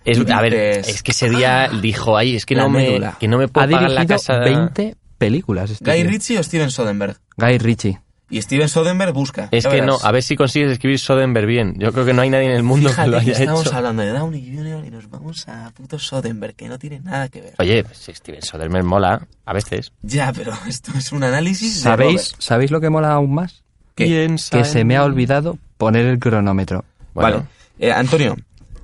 es- tú a ver, dices, "Ah, es que ese día dijo ahí, es que la no me, médula. que no me puedo Ha pagar dirigido la casa. 20 películas. este Guy tío. Ritchie o Steven Soderbergh. Guy Ritchie. Y Steven Soderbergh busca. Es ya que no, verás. a ver si consigues escribir Soderbergh bien. Yo creo que no hay nadie en el mundo Fíjate que lo que haya estamos hecho. hablando de Downey Jr. y nos vamos a puto Soderbergh, que no tiene nada que ver. Oye, pues Steven Soderbergh mola a veces. Ya, pero [LAUGHS] esto es un análisis ¿Sabéis, de ¿Sabéis lo que mola aún más? ¿Qué? Que se me ha olvidado poner el cronómetro. Robert. Bueno, Vale. Eh, Antonio,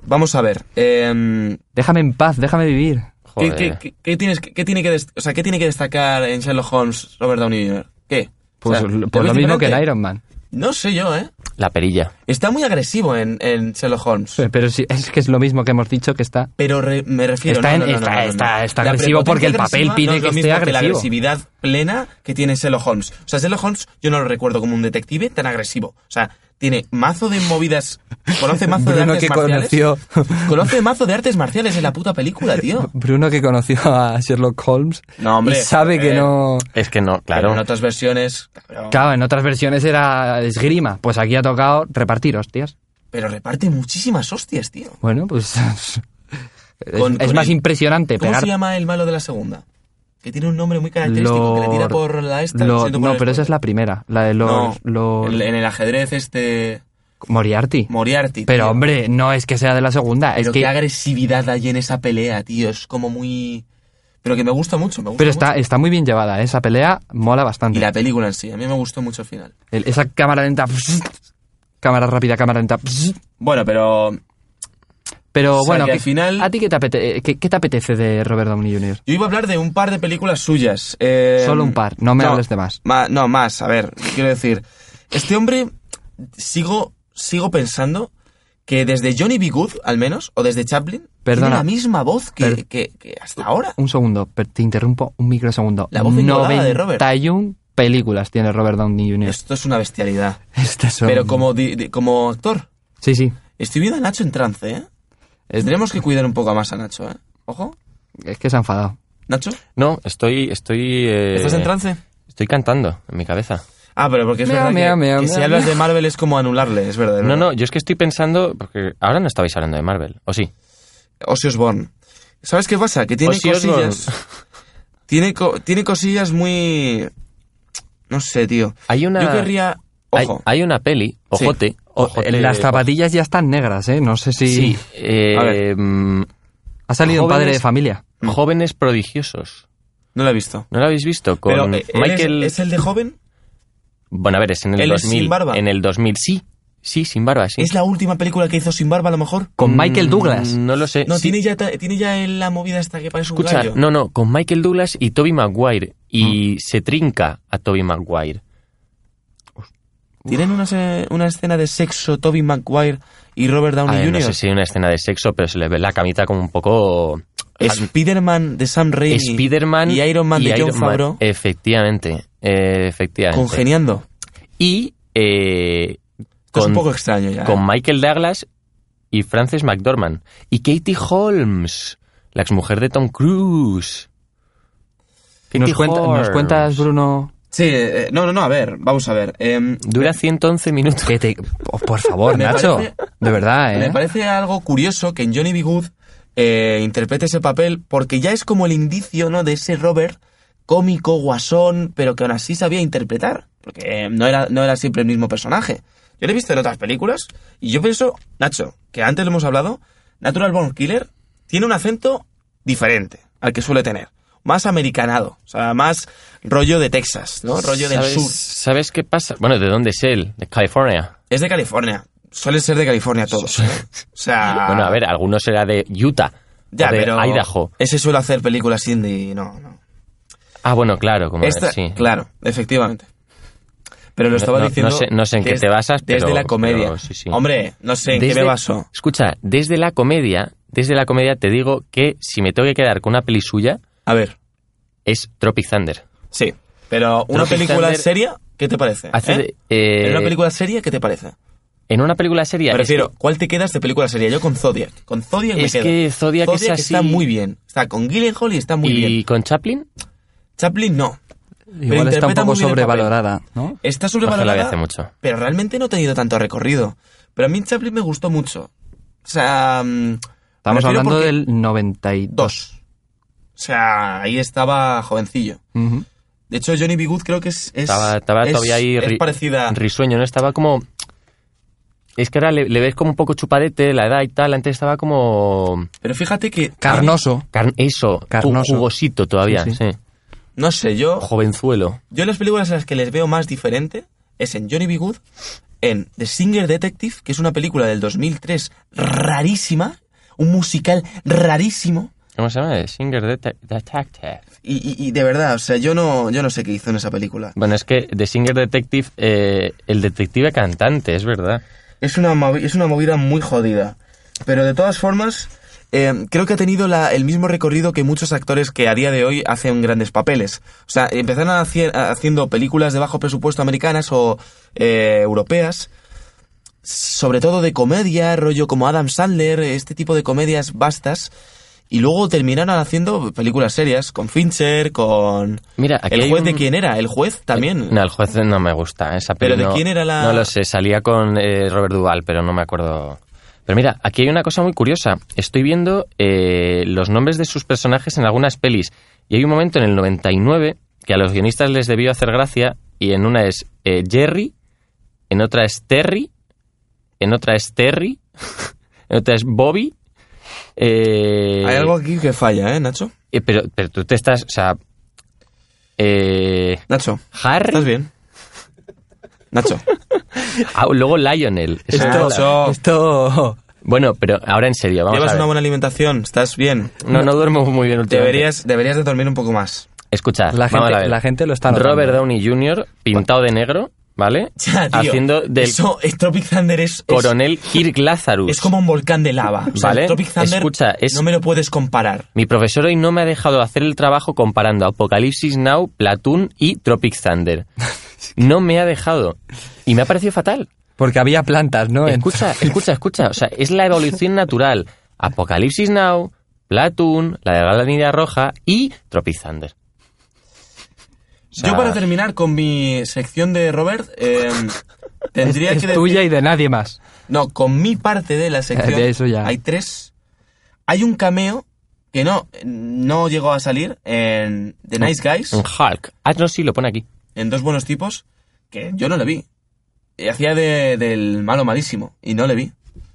vamos a ver. em, Déjame en paz, déjame vivir. ¿qué- joder. qué, qué- qué tienes, qué, tiene que dest- o sea, ¿Qué tiene que destacar en Sherlock Holmes Robert Downey Jr.? ¿Qué? Pues, O sea, lo- ¿te pues lo ves mismo que en diferente? Iron Man. No sé yo, ¿eh? La perilla. Está muy agresivo en, en Sherlock Holmes. Pe- Pero sí, es que es lo mismo que hemos dicho que está. Pero re- me refiero Está no, en- no, no, no, está- no, no, no. está- está La agresivo prepotencia porque el papel agresiva pide no es lo que mismo esté la agresivo. agresividad plena que tiene Sherlock Holmes. O sea, Sherlock Holmes yo no lo recuerdo como un detective tan agresivo. O sea, tiene mazo de movidas, conoce mazo de Bruno artes que marciales. conoció. Conoce mazo de artes marciales en la puta película, tío. Bruno que conoció a Sherlock Holmes No, hombre, y sabe que eh, no... Es que no, Claro. claro. en otras versiones, cabrón. Claro, en otras versiones era esgrima. Pues aquí ha tocado repartir hostias. pero reparte muchísimas hostias, tío. Bueno, pues. [LAUGHS] es- Con- es con más el- impresionante ¿Cómo pegar. se llama el malo de la segunda? Que tiene un nombre muy característico, que le tira Lord- por la esta. Lord- siendo por no, el pero esa es la primera. La de los. No, el- en el ajedrez este Moriarty. Moriarty. Pero tío. hombre, no es que sea de la segunda. Pero es que. qué agresividad hay en esa pelea, tío. Es como muy... Pero que me gusta mucho, me gusta Pero mucho. está, está muy bien llevada. ¿eh? Esa pelea mola bastante. Y la película en sí, a mí me gustó mucho el final. El- esa cámara lenta. [LAUGHS] cámara rápida, cámara lenta. [LAUGHS] Bueno, pero Pero O sea, bueno, que al ¿qué- final- ¿a ti qué te, apete- eh, qué- qué te apetece de Robert Downey Jr.? Yo iba a hablar de un par de películas suyas. eh, Solo un par, no me hables de más. ma- no, más, a ver, quiero decir. Este hombre, sigo, sigo pensando que desde Johnny B. Good, al menos, o desde Chaplin, tiene Perdona. la misma voz que, Per- que- que hasta ahora. Un segundo, per- te interrumpo un microsegundo. La voz engolada de Robert. 91 películas tiene Robert Downey Jr. Esto es una bestialidad. Estas son- Pero como, di- di- como actor, Sí, sí. estoy viendo a Nacho en trance, ¿eh? Es, Tendremos que cuidar un poco más a Nacho, ¿eh? Ojo. es que se ha enfadado. Nacho, No, estoy. estoy eh, ¿estás en trance? Estoy cantando en mi cabeza. Ah, pero porque es Mea, verdad que- mea, que, mea, si mea, hablas mea. de Marvel es como anularle, es verdad. es No, verdad. no, yo es que estoy pensando. Porque ahora no estabais hablando de Marvel, ¿o sí? Ozzy Osbourne. ¿Sabes qué pasa? Que tiene Ozzy Osbourne. cosillas. Tiene, co- tiene cosillas muy. No sé, tío. Hay una. Yo querría. hay, Ojo. hay una peli, Sí. ojote. ojote, Las zapatillas ya están negras, ¿eh? No sé si... Sí. eh, A ver. mm, Ha salido un padre Jóvenes- de familia. Jóvenes prodigiosos. No la he visto. ¿No lo habéis visto? Con Pero, eh, él Michael. es, ¿es el de joven? Bueno, a ver, es en el él es 2000. sin barba. En el 2000, sí. Sí, sin barba, sí. ¿Es la última película que hizo sin barba, a lo mejor? Con Michael Douglas. Mm, No lo sé. No, sí. tiene, ya, ta- tiene ya en la movida hasta que parece un Escucha, gallo. Mm. no, no, con Michael Douglas y Toby Maguire. Y se trinca a Toby Maguire. ¿Tienen una, se- una escena de sexo Toby Maguire y Robert A Downey ver, Jr.? no sé si hay una escena de sexo, pero se le ve la camita como un poco... Spider-Man de Sam Raimi Spider-Man y Iron Man y de John Iron Man. Favreau Efectivamente, eh, efectivamente. congeniando. y eh, Esto es con, un poco extraño ya. ¿eh? con Michael Douglas y Frances McDormand. Y Katie Holmes, la exmujer de Tom Cruise. ¿Nos, Katie cuenta- nos Holmes. cuentas, Bruno? Sí, eh, no, no, no, a ver, vamos a ver. em, Dura 111 minutos. Que te- oh, por favor, Me Nacho. parece- De verdad, ¿eh? Me parece algo curioso que en Johnny B. Good eh, interprete ese papel porque ya es como el indicio, ¿no? De ese Robert cómico, guasón, pero que aún así sabía interpretar. Porque eh, no, era, no era siempre el mismo personaje. Yo lo he visto en otras películas y yo pienso, Nacho, que antes lo hemos hablado, Natural Born Killer tiene un acento diferente al que suele tener. Más americanado, o sea, más rollo de Texas, ¿no? Rollo del ¿Sabes- sur. ¿Sabes qué pasa? Bueno, ¿de dónde es él? De California. Es de California. Suelen ser de California todos. ¿eh? O sea... Bueno, a ver, algunos era de Utah. Ya, o de pero Idaho. Ese suele hacer películas indie y no, no. Ah, bueno, claro, como Esta- sí. Claro, efectivamente. Pero lo No- estaba no- no diciendo. sé- no sé en qué des- te basas, Desde pero- la comedia. pero sí, sí. Hombre, no sé en qué me baso. Escucha, desde la comedia, desde la comedia te digo que si me tengo que quedar con una peli suya A ver, es Tropic Thunder. sí. Pero una Tropic película Thunder- seria, ¿qué te parece? Hace eh? de- eh, ¿En una película seria, qué te parece? en una película seria. Me es refiero, ¿cuál te quedas de película seria? Yo con Zodiac. Con Zodiac me Es quedo. que Zodiac es está así- muy bien. Está con Gyllenhaal y está que- muy y bien. con Chaplin, Chaplin no. pero Igual está un interpreta poco muy bien el sobrevalorada, ¿no? Está ojalá la vi sobrevalorada. hace mucho. pero realmente no ha tenido tanto recorrido. Pero a mí Chaplin me gustó mucho. O sea... mm, me Estamos refiero hablando porque- del 92. Dos. O sea, ahí estaba jovencillo. Ujú. De hecho, Johnny B. Good creo que es... es- Estaba, estaba es- todavía ahí es ri- parecida... risueño, ¿no? Estaba como... Es que ahora le, le ves como un poco chupadete, la edad y tal. Antes estaba como... Pero fíjate que... Carnoso. car- eso, Carnoso. ju- jugosito todavía, Sí, sí. sí. No sé, yo... Jovenzuelo. Yo las películas en las que les veo más diferente es en Johnny B. Good, en The Singer Detective, que es una película del 2003 rarísima, un musical rarísimo. ¿Cómo se llama? Singer Det- Detective. Y, y- y de verdad, o sea, yo no, yo no sé qué hizo en esa película. Bueno, es que The Singer Detective, eh, el detective cantante, es verdad. Es una, movi- es una movida muy jodida. Pero de todas formas, eh, creo que ha tenido la- el mismo recorrido que muchos actores que a día de hoy hacen grandes papeles. O sea, empezaron a hacer- a- haciendo películas de bajo presupuesto americanas o eh, europeas, sobre todo de comedia, rollo como Adam Sandler, este tipo de comedias vastas. Y luego terminaron haciendo películas serias con Fincher, con... Mira, aquí ¿El hay juez de un- quién era? ¿El juez también? No, el juez no me gusta. ¿eh? Esa peli ¿Pero de no- quién era la- No lo sé, salía con eh, Robert Duval, pero no me acuerdo. Pero mira, aquí hay una cosa muy curiosa. Estoy viendo eh, los nombres de sus personajes en algunas pelis. Y hay un momento en el 99 que a los guionistas les debió hacer gracia. Y en una es eh, Jerry, en otra es Terry, en otra es Terry, [LAUGHS] en otra es Bobby. eh, Hay algo aquí que falla, ¿eh, Nacho? eh, pero, pero tú te estás. O sea. eh, Nacho, Harry. ¿estás bien? [LAUGHS] Nacho. Ah, luego Lionel. Esa Esto- es la- Esto. Bueno, pero ahora en serio, vamos Llevas a ver. una buena alimentación, estás bien. No, no duermo muy bien últimamente. Deberías, deberías de dormir un poco más. Escucha, La vamos gente- a ver. la gente lo está notando. Robert Downey Jr. pintado de negro, ¿vale? [LAUGHS] [LAUGHS] Ya, tío, Haciendo del Eso, es Tropic Thunder es, es- coronel Kirk Lazarus. es como un volcán de lava. O sea, Vale, Tropic Thunder escucha, es- no me lo puedes comparar. Mi profesor hoy no me ha dejado hacer el trabajo comparando Apocalipsis Now, Platoon y Tropic [LAUGHS] Thunder. No me ha dejado. Y me ha parecido fatal. Porque había plantas, ¿no? En- Escucha, escucha, escucha. O sea, es la evolución natural. Apocalipsis Now, Platoon, la de la línea roja y Tropic Thunder. O sea, Yo para terminar con mi sección de Robert, [LAUGHS] eh, tendría es que decir- tuya y de nadie más. No, con mi parte de la sección De eso ya. hay tres. Hay un cameo que no, no llegó a salir en The Nice Guys, Un Hulk. Ah, no, sí, lo pone aquí. en Dos Buenos Tipos, que yo no le vi. Y Hacía de- del malo malísimo y no le vi.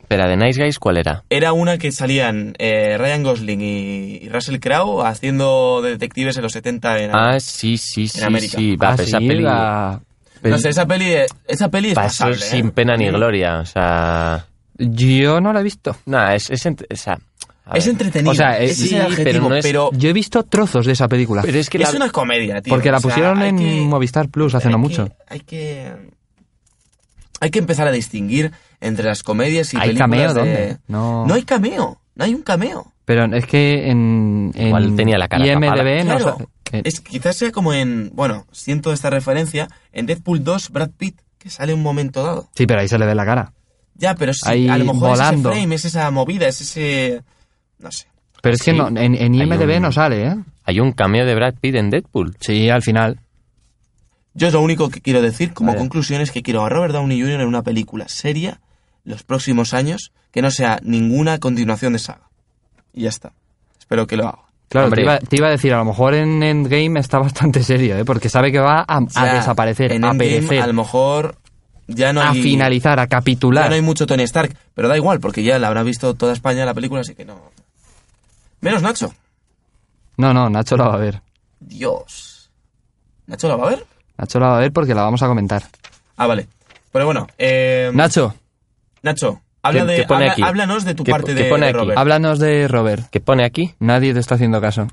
Pero de Nice Guys, ¿cuál era? Era una que salían eh, Ryan Gosling y, y Russell Crowe haciendo de detectives en los 70 en Ah, sí, sí, sí, América. sí. Va, Ah, pero esa sí, peli... la- pero No sé, esa peli, es- esa peli es pasó pasable, ¿eh? sin pena ni gloria, o sea... Yo no la he visto. No, es... es ent- o sea, a Es ver. entretenida. O sea, eh, es- ese es sí, el adjetivo, pero no es- pero Yo he visto trozos de esa película. Pero es que es la- una comedia, tío. porque la O sea, pusieron hay en que- Movistar Plus hace hay no que- mucho. hay que. Hay que empezar a distinguir entre las comedias y ¿Hay películas cameo? de- ¿Dónde? No. hay cameo. No hay un cameo. Pero es que en, en Igual tenía la cara IMDB no Claro. sa- eh, Es, quizás sea como en. Bueno, siento esta referencia. En Deadpool 2, Brad Pitt, que sale un momento dado. Sí, pero ahí se le ve la cara. Ya, pero sí, Ahí a lo mejor volando. es ese frame, es esa movida, es ese. No sé. Pero es que Sí. no, en, en Hay IMDB un- no sale, ¿eh? Hay un cameo de Brad Pitt en Deadpool. Sí, al final. Yo es lo único que quiero decir como Vaya. conclusión es que quiero a Robert Downey Jr. en una película seria los próximos años que no sea ninguna continuación de saga. Y ya está. Espero que lo haga. Claro, Hombre. te iba, te iba a decir, a lo mejor en Endgame está [LAUGHS] bastante serio, ¿eh? Porque sabe que va a, a O sea, desaparecer, en a Endgame, perecer, A lo mejor ya no a hay, finalizar, a ya capitular. no hay mucho Tony Stark, pero da igual porque ya la habrá visto toda España la película, así que no. Menos Nacho. No, no, Nacho la va a ver. Dios. ¿Nacho la va a ver? Nacho la va a ver porque la vamos a comentar. Ah, vale. Pero bueno, eh, Nacho, Nacho, habla ¿Qué- de, qué pone habla- aquí? háblanos de tu ¿Qué- parte qué de, pone de aquí? Robert. háblanos de Robert. ¿Qué pone aquí? Nadie te está haciendo caso.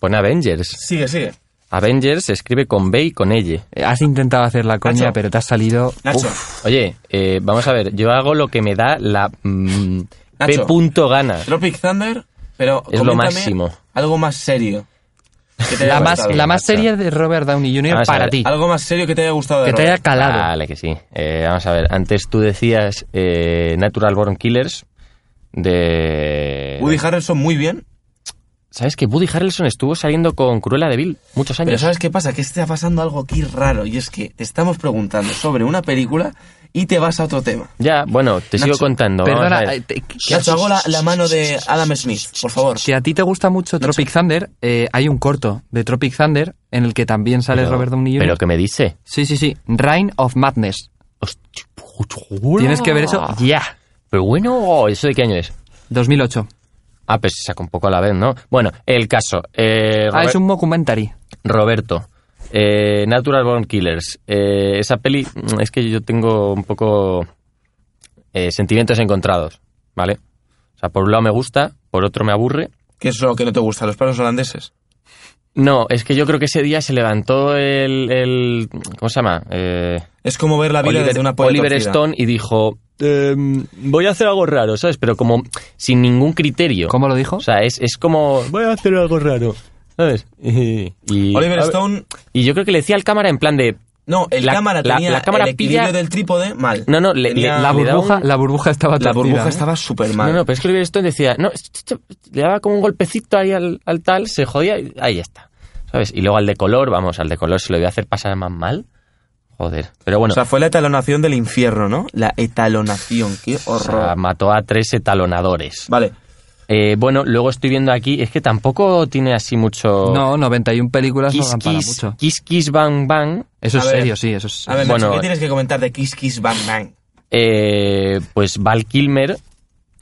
Pone Avengers. Sigue, sigue. Avengers se escribe con B y con L. Eh, Has intentado hacer la coña, Nacho. pero te has salido... Nacho. Oye, eh, vamos a ver, yo hago lo que me da la mm, P Nacho. punto gana. Tropic Thunder, pero Es lo coméntame máximo. Algo más serio. que te haya La más, gustado. la más Nacho. serie de Robert Downey Jr. Vamos a para ver, ti. Algo más serio que te haya gustado de Que te haya Robert. calado. Vale, que sí. Eh, vamos a ver, antes tú decías eh, Natural Born Killers de... Woody Harrelson muy bien, ¿Sabes que Woody Harrelson estuvo saliendo con Cruella de Vil muchos pero años? ¿sabes qué pasa? Que está pasando algo aquí raro y es que te estamos preguntando sobre una película y te vas a otro tema. Ya, bueno, te Nacho, sigo contando. vamos a Perdona, ver. eh, te- que- Nacho, hago la, la mano de Adam Smith, por favor. Si a ti te gusta mucho Tropic Thunder, eh, hay un corto de Tropic Thunder en el que también sale Pero- Robert Downey Jr. Pero que me dice... Sí, sí, sí. Reign of Madness. Hostia, chula. Tienes que ver Ah. eso ya. Pero bueno, ¿eso de qué año es? 2008. Ah, pues se saca un poco a la vez, ¿no? Bueno, el caso. eh, Ah, Robert- es un documentary. Roberto, eh, Natural Born Killers. eh, esa peli mm, es que yo tengo un poco eh, sentimientos encontrados, ¿vale? O sea, por un lado me gusta, por otro me aburre. ¿Qué es lo que no te gusta? ¿Los planos holandeses? No, es que yo creo que ese día se levantó el... el- ¿Cómo se llama? Eh, Es como ver la vida Oliver, desde una polla Oliver torcida. Stone y dijo... "Em, voy a hacer algo raro, ¿sabes? Pero como sin ningún criterio. ¿Cómo lo dijo? O sea, es, es como... Voy a hacer algo raro, ¿sabes? Y, y- Oliver a ver, Stone, Y yo creo que le decía al cámara en plan de, No, el La- cámara la- tenía la cámara el equilibrio pilla- del trípode mal. No, no, le- Tenía- le- La le da burbuja, un- la burbuja estaba la torcida, burbuja ¿eh? estaba súper mal. No, no, pero es que Oliver Stone decía, no, ch- ch- ch- le daba como un golpecito ahí al, al tal, se jodía y ahí está. ¿Sabes? Y luego al de color, vamos, al de color se lo iba a hacer pasar más mal. Joder. Pero bueno, O sea, fue la etalonación del infierno, ¿no? La etalonación, qué o sea, horror. mató a tres etalonadores. Vale, Eh, bueno, luego estoy viendo aquí, es que tampoco tiene así mucho. No, 91 películas no Kiss dan para Kiss, mucho. Kiss Kiss Bang Bang. Eso es A ver. serio, sí, eso es... a ver, Nacho, Bueno, ¿qué tienes que comentar de Kiss Kiss Bang Bang? eh, pues Val Kilmer. [LAUGHS]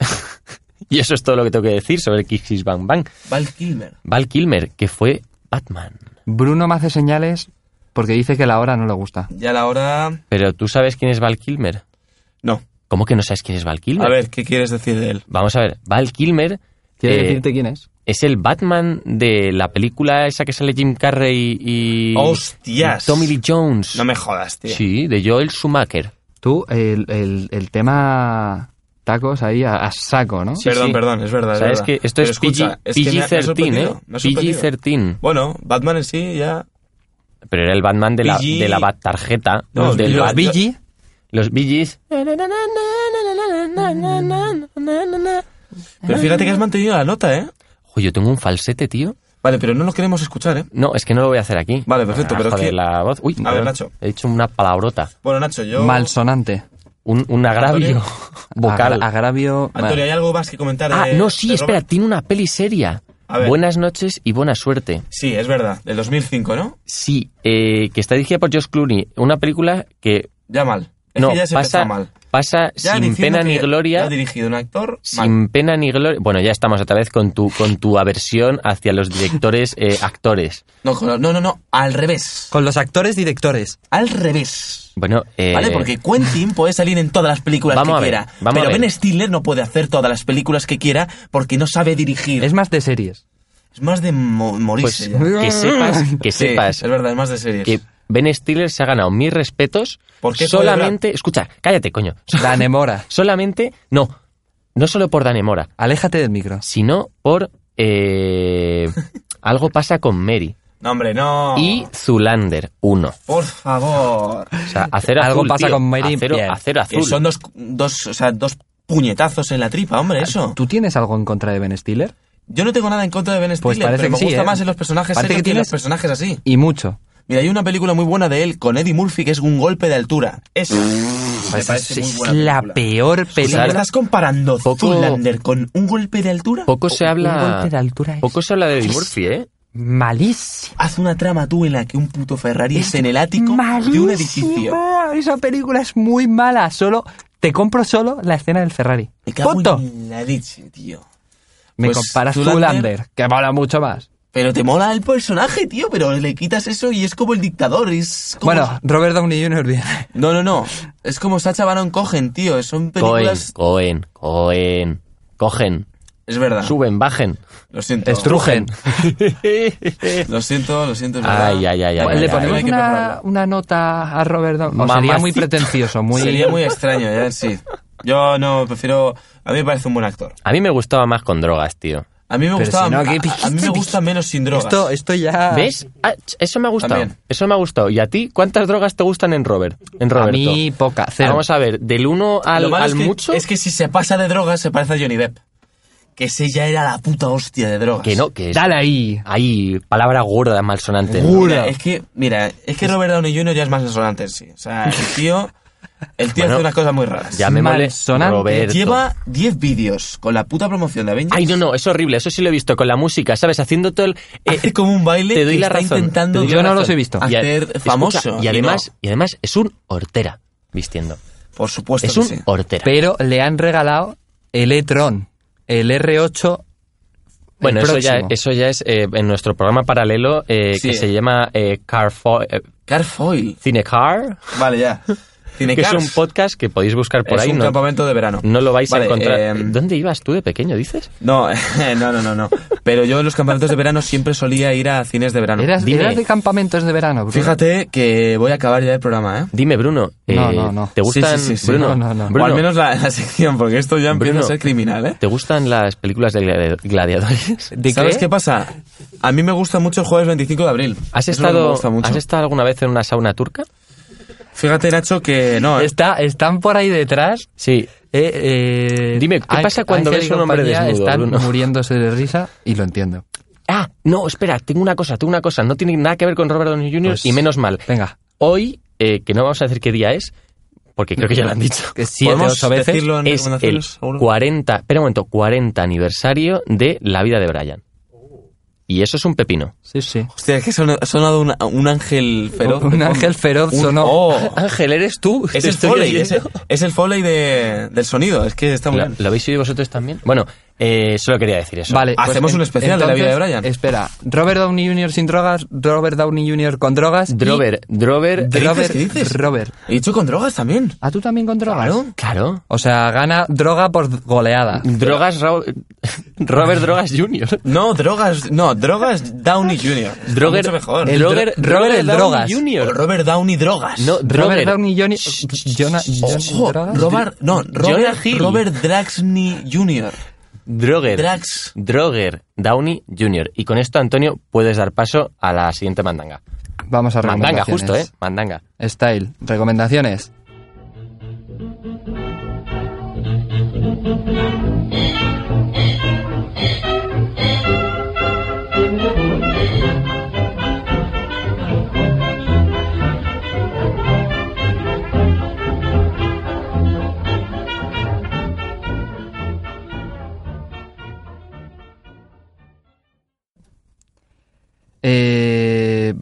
y eso es todo lo que tengo que decir sobre Kiss Kiss Bang Bang. Val Kilmer. Val Kilmer, que fue Batman. Bruno me hace señales porque dice que la hora no le gusta. Ya la hora... Pero tú sabes quién es Val Kilmer. No. ¿Cómo que no sabes quién es Val Kilmer? A ver, ¿qué quieres decir de él? Vamos a ver, Val Kilmer ¿Quiere eh, decirte quién es? es el Batman de la película esa que sale Jim Carrey y. ¡Hostias! y Tommy Lee Jones. No me jodas, tío. Sí, de Joel Schumacher. Tú, el, el- el tema tacos ahí a, a saco, ¿no? Sí, perdón, perdón, es verdad. es Sabes verdad. que esto Pero es escucha, PG-13, es que me ha- me ha sorprendido, ¿eh? me ha sorprendido. PG-13. Bueno, Batman en sí ya... Pero era el Batman de la, PG. de la Bat tarjeta. No, del los Bat- BG. Los BGs. Ah. Pero fíjate que has mantenido la nota, ¿eh? Oye, yo tengo un falsete, tío. Vale, pero no lo queremos escuchar, ¿eh? No, es que no lo voy a hacer aquí. Vale, perfecto, Ah, pero es joder, que- la voz. Uy, A ver, perdón, Nacho. He dicho una palabrota. Bueno, Nacho, yo... Malsonante. Un, un agravio Antonio. [LAUGHS] vocal. Agra- agravio... Antonio, ¿hay algo más que comentar de... Ah, no, Ah, sí, de espera, Robert? tiene una peli seria. A ver. Buenas noches y buena suerte. Sí, es verdad, del 2005, ¿no? Sí, eh, que está dirigida por Josh Clooney. Una película que Ya mal. Es no que ya se pasa, empezó mal. pasa Ya sin diciendo pena que ni ya gloria. Ha dirigido un actor mal. Sin pena ni gloria. Bueno, ya estamos otra vez con tu, con tu aversión hacia [LAUGHS] los directores eh, actores. No, con- no, no, no, al revés. Con los actores directores. Al revés. Bueno, eh, ¿Vale? Porque Quentin puede salir en todas las películas Vamos que a ver, quiera. vamos pero a ver. Ben Stiller no puede hacer todas las películas que quiera porque no sabe dirigir. Es Es, más de series. más de mo- pues, morirse ya. que sepas, [LAUGHS] que Sí, sepas Es verdad, es más de series. que Ben Stiller se ha ganado mis respetos ¿Por qué fue solamente. Escucha, cállate, coño. Danemora. Solamente, no, no solo por Dane Mora, Aléjate del micro. sino por [LAUGHS] eh, algo pasa con Mary No, hombre, Oh. no. y Zulander 1. O Por favor. sea, acero Algo azul, pasa tío, con Mary, acero, bien. acero Que azul. son dos, dos, o sea, dos puñetazos en la tripa, hombre, eso. Ah, ¿Tú tienes algo en contra de Ben Stiller? Yo no tengo nada en contra de Ben Stiller, Pues parece pero me que sí, gusta ¿eh? más en los personajes Parece serios que que en los tienes- personajes así. Y mucho. Mira, hay una película muy buena de él con Eddie Murphy que es un golpe de altura. Esa me Esa parece muy es buena la película. peor O sea, película. ¿Estás comparando Poco- Zoolander con un golpe de altura? Poco se Un habla. golpe de altura es Poco se habla de Eddie Murphy, ¿eh? malísimo. Haz una trama tú en la que un puto Ferrari esté en el ático de un edificio. Malísima. Esa película es muy mala. Solo te compro solo la escena del Ferrari. Me cago Punto. en la leche, tío. Me Pues, comparas Zoolander- Zoolander, que mola mucho más. Pero te mola el personaje, tío, pero le quitas eso y es como el dictador, es como... Bueno, Robert Downey Jr. [LAUGHS] viene. No, no, no. Es como Sacha Baron Cohen, tío. Son películas... Cohen, Cohen, Cohen. Cogen, Es verdad. suben, bajen. Lo siento. Strugen. Lo siento, lo siento, es verdad. Ay, ay, ay, ay, Bueno, Le hay ay, ay. ponemos que una, mejorarlo. una nota a Robert Downey. O sería Mamacita. muy pretencioso, muy... Sería muy extraño, ya, sí. Yo no, prefiero... A mí me parece un buen actor. A mí me gustaba más con drogas, tío. A mí me gustaba... si no, a, ¿qué a- a mí me gusta menos sin drogas. Esto, esto ya. ¿Ves? Ah, ch- eso me ha gustado. También. Eso me ha gustado. ¿Y a ti? ¿Cuántas drogas te gustan en Robert? En A Roberto. mí poca, Ah, cero. Vamos a ver, del 1 Lo al, malo al es que, mucho. Es que si se pasa de drogas, se parece a Johnny Depp. Que ese ya era la puta hostia de drogas. que no, que es- Dale ahí. Hay palabra gorda malsonante. Gorda. Mira, es que, mira, es que Robert Downey Jr. ya es más resonante en sí. O sea, el tío, el tío Bueno, hace unas cosas muy raras. Eh, Ya me mole Malsonante. Roberto. Lleva 10 vídeos con la puta promoción de Avengers. Ay, no, no, es horrible. Eso sí lo he visto con la música, ¿sabes? Haciendo todo el. eh, Hace como un baile te doy que la está razón, intentando te doy Yo la no los razón. he visto. Y a- Hacer escucha, famoso, y y además, no. y además es un hortera vistiendo. Por supuesto Es que un sí. hortera. Pero le han regalado el e-tron, el R8. el Bueno, eso ya, próximo. eso ya es eh, en nuestro programa paralelo eh, Sí. que se llama eh, Carfo- eh, Carfoil. Cine Car, Vale, [LAUGHS] ya. Tiene que es Cars. un podcast que podéis buscar por Es ahí. un No, campamento de verano. no lo vais Vale, a encontrar. em, ¿Dónde ibas tú de pequeño, dices? no, [LAUGHS] no, no, no, no. Pero yo en los campamentos de verano siempre solía ir a cines de verano. Eras, Dime. eras de campamentos de verano, Bruno. Fíjate que voy a acabar ya el programa, ¿eh? Dime, Bruno. No, eh, no, no. Sí, ¿Te gustan, sí, sí, sí. Bruno, No, no, no. Bruno, O al menos la, la sección, porque esto ya empieza Bruno. a ser criminal, ¿eh? ¿Te gustan las películas de gladi- gladiadores? ¿Sabes qué pasa? A mí me gusta mucho el jueves 25 de abril. ¿Has Eso es lo que me estado, gusta mucho. ¿Has estado alguna vez en una sauna turca? Fíjate, Nacho, que no. ¿eh? Está, están por ahí detrás. Sí, eh, eh, Dime, ¿qué Ángel- pasa cuando Ángel ves y un hombre compañía desnudo, Están Bruno? [LAUGHS] muriéndose de risa y lo entiendo. Ah, no, espera, tengo una cosa, tengo una cosa. No tiene nada que ver con Robert Downey Jr. Pues- y menos mal. Venga, Hoy, eh, que no vamos a decir qué día es, porque creo que ya lo han dicho. que siete, ¿Podemos ocho veces. decirlo en Es el recomendaciones? seguro? 40, espera un momento, 40 aniversario de La vida de Brian. Y eso es un pepino. Sí, sí. Hostia, es que son- ha sonado un, un ángel feroz. Un ángel feroz Un- sonó. oh, Ángel, ¿eres tú? es Te el estoy foley, es oyendo. el, es el foley de- del sonido. Es que está muy ¿Lo, bien. lo habéis oído vosotros también? Bueno, eh, solo quería decir eso. Vale, pues Hacemos en- un especial de la vida de entonces, Brian. Espera, Robert Downey Jr. sin drogas, Robert Downey Jr. con drogas. y- Drover, Drover, ¿Qué dices? Robert, ¿Qué dices? Robert. Y hecho con drogas también. ¿A tú también con drogas? claro. O sea, gana droga por goleada. Drogas, Ro- [LAUGHS] Robert Drogas Jr. No, drogas. No, drogas Downey Jr. Está Droger, Mucho mejor. el Droger- dro- Robert el Downey Drogas. O Jr. Robert Downey drogas. No, Robert Droger. Downey Jr. Jonah- Ojo, Johnny Drogas. Robert, no, Robert, Jonah Hill. Robert Draxney Jr. Droger. Drax. Droger Downey Jr. Y con esto, Antonio, puedes dar paso a la siguiente mandanga. Vamos a Mandanga, recomendaciones. justo, ¿eh? Mandanga. Style, recomendaciones. Eh,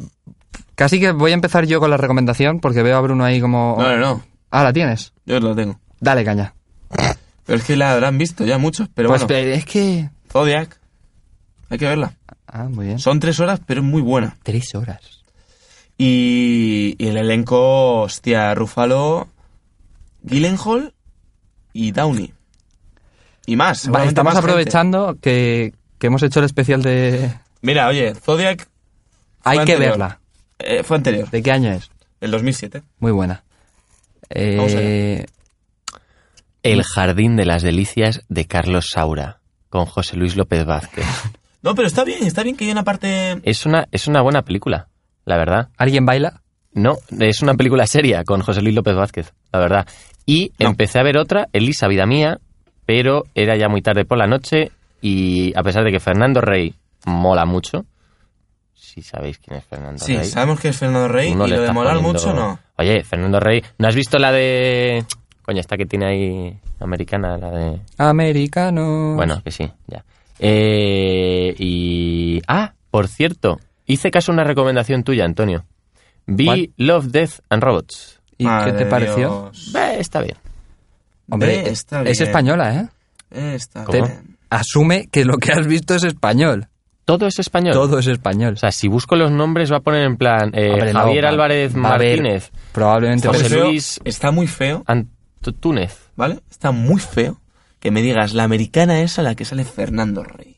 casi que voy a empezar yo con la recomendación porque veo a Bruno ahí como... No, no, no. Ah, la tienes. Yo lo tengo. Dale, caña. Pero es que la habrán visto ya muchos, pero pues bueno. pero es que... Zodiac. Hay que verla. Ah, muy bien. Son tres horas, pero es muy buena. tres horas. Y, y el elenco, hostia, Rufalo, Gyllenhaal y Downey. Y más. Vale, seguramente estamos más gente. aprovechando que, que hemos hecho el especial de... Mira, oye, Zodiac Hay que anterior. verla. eh, fue anterior, ¿De qué año es? del 2007. Muy buena. Vamos Eh, El Jardín de las Delicias de Carlos Saura, con José Luis López Vázquez. No, pero está bien, está bien que haya una parte... Es una, es una buena película, la verdad. ¿Alguien baila? No, es una película seria con José Luis López Vázquez, la verdad. Y No. empecé a ver otra, Elisa, vida mía, pero era ya muy tarde por la noche y a pesar de que Fernando Rey mola mucho, si sabéis quién es Fernando Sí, Rey. sabemos que es Fernando Rey Uno y le lo de está molar poniendo- mucho, no. Oye, Fernando Rey, ¿no has visto la de... Coño, esta que tiene ahí americana, la de... Americano. Bueno, que sí, ya. Eh, y... Ah, por cierto, hice caso a una recomendación tuya, Antonio. Vi ¿Cuál? Love, Death and Robots. ¿Y Madre qué te de pareció? Dios. Bah, está bien. Hombre, Ve, es, está es bien. española, ¿eh? Eh, Está ¿Cómo? bien. Asume que lo que has visto es español. Todo es español. Todo es español. O sea, si busco los nombres va a poner en plan eh, Hombre, no, Javier va- Álvarez va a haber- Martínez, probablemente. José pues, Pero feo, Luis- Está muy feo, Anto- Túnez. ¿vale? Está muy feo que me digas la americana esa la que sale Fernando Rey.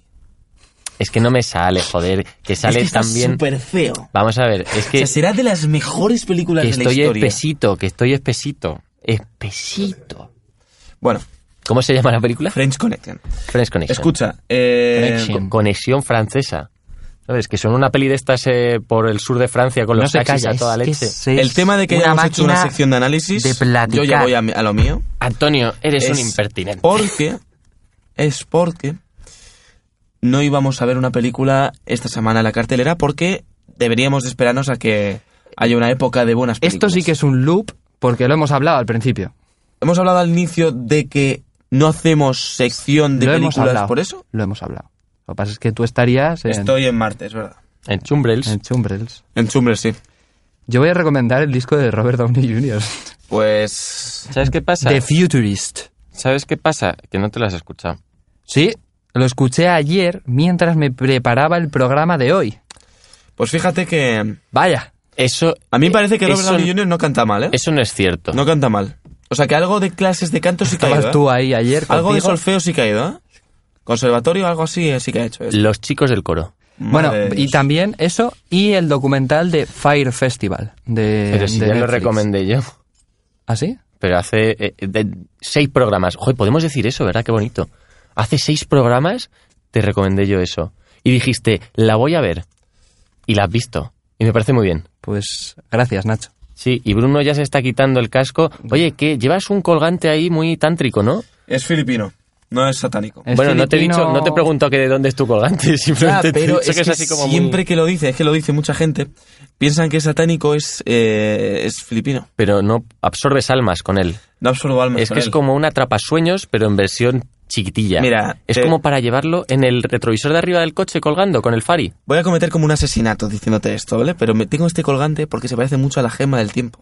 Es que no me sale, joder, que sale es que también... súper feo. Vamos a ver, es O que, sea, será de las mejores películas que de la estoy historia. espesito, que estoy espesito. Espesito. Bueno, ¿Cómo se llama la película? French Connection. French Connection. Escucha, eh, Connection. Co- conexión francesa. ¿Sabes? Que son una peli de estas eh, por el sur de Francia con No los se taxis calla, a toda es que leche. se- el tema de que Una ya hemos hecho una máquina sección de análisis, de platicar. yo ya voy a, mi- a lo mío. Antonio, eres un Es impertinente. Porque, es porque no íbamos a ver una película esta semana en la cartelera porque deberíamos de esperarnos a que haya una época de buenas Esto películas. sí que es un loop porque lo hemos hablado al principio. Hemos hablado al inicio de que no hacemos sección de lo hemos películas hablado. por eso. Lo hemos hablado. Lo que pasa es que tú estarías en, Estoy en Marte, es verdad. En Chumbrels. en Chumbrels. En Chumbre, sí. Yo voy a recomendar el disco de Robert Downey [LAUGHS] Jr. Pues... ¿Sabes qué pasa? The Futurist. ¿Sabes qué pasa? Que no te lo has escuchado. Sí, lo escuché ayer mientras me preparaba el programa de hoy. Pues fíjate que... Vaya. Eso. A mí me parece que Eh, eso, Robert Downey Jr. no canta mal, ¿eh? Eso no es cierto. No canta mal. O sea, que algo de clases de canto sí que ha ido, Estabas ¿eh? tú ahí ayer Algo de contigo. solfeo sí que ha ido, ¿eh? Conservatorio, algo así eh, sí que ha hecho. esto. Los chicos del coro. Bueno, Madre de y Dios. también eso y el documental de Fire Festival. Eh, De, Pero si de ya lo Netflix. recomendé yo. ¿Ah, sí? Pero hace eh, de- seis programas. Joder, podemos decir eso, ¿verdad? Qué bonito. Hace seis programas te recomendé yo eso. Y dijiste, la voy a ver. Y la has visto. Y me parece muy bien. Pues gracias, Nacho. Sí, y Bruno ya se está quitando el casco. Oye, que llevas un colgante ahí muy tántrico, ¿no? Es filipino, no es [LAUGHS] satánico. Es bueno, no te he filipino. dicho, no te pregunto que de dónde es tu colgante, [LAUGHS] Ya, simplemente te he Ah, pero dicho es que es que así como muy- siempre que lo dice, es que lo dice mucha gente, piensan que satánico es, eh, es filipino. Pero no absorbes almas con él. No absorbo almas. Es con que es él. como un atrapasueños, pero en versión chiquitilla. Mira, es eh, como para llevarlo en el retrovisor de arriba del coche colgando con el Fari. Voy a cometer como un asesinato diciéndote esto, ¿vale? Pero me tengo este colgante porque se parece mucho a la gema del tiempo.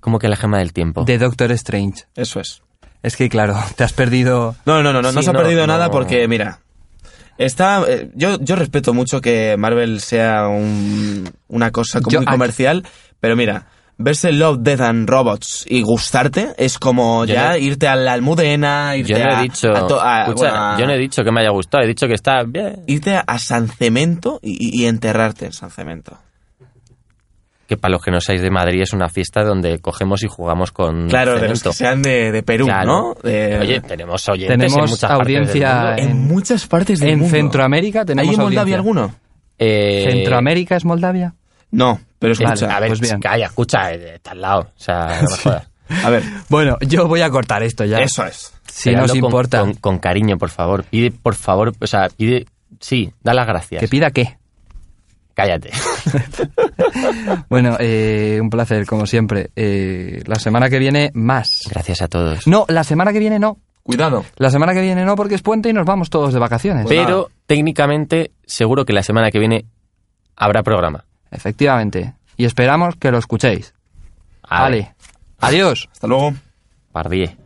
Como que la gema del tiempo. De Doctor Strange. Eso es. Es que, claro, [LAUGHS] te has perdido... No, no, no, no, no Sí, se ha no, perdido no. nada porque, mira, está... eh, yo, yo respeto mucho que Marvel sea un- una cosa como Yo- muy comercial, pero mira, verse Love, Death and Robots y gustarte es como Yo ya no- irte a la Almudena, irte Yo no a... he dicho. a to- a- Escucha, bueno, a- yo no he dicho que me haya gustado, he dicho que está bien. Irte a San Cemento y, y- y enterrarte en San Cemento. Que para los que no seáis de Madrid es una fiesta donde cogemos y jugamos con. Claro, de los Mm, cemento. que sean de, de Perú, Claro. ¿no? De- Oye, tenemos oyentes en Tenemos muchas partes del audiencia mundo. ¿eh? en, en- muchas partes del En mundo. Centroamérica tenemos ¿Hay en Moldavia audiencia. alguno? Eh, ¿Centroamérica es Moldavia? No, pero eh, escucha. a ver, pues bien. calla, escucha, eh, está al lado. O sea, [LAUGHS] no me jodas. A ver, Bueno, yo voy a cortar esto ya. eso es. Si Pero nos hazlo con- importa. Con, con cariño, por favor. Pide, por favor, o sea, pide. Sí, da las gracias. ¿Que pida qué? Cállate. Bueno, eh, un placer, como siempre. Eh, la semana que viene, más. Gracias a todos. No, la semana que viene no. Cuidado. La semana que viene no, porque es puente y nos vamos todos de vacaciones. Pues Pero nada. técnicamente, seguro que la semana que viene habrá programa. Efectivamente. Y esperamos que lo escuchéis. Vale. Adiós. Hasta luego. Pardié.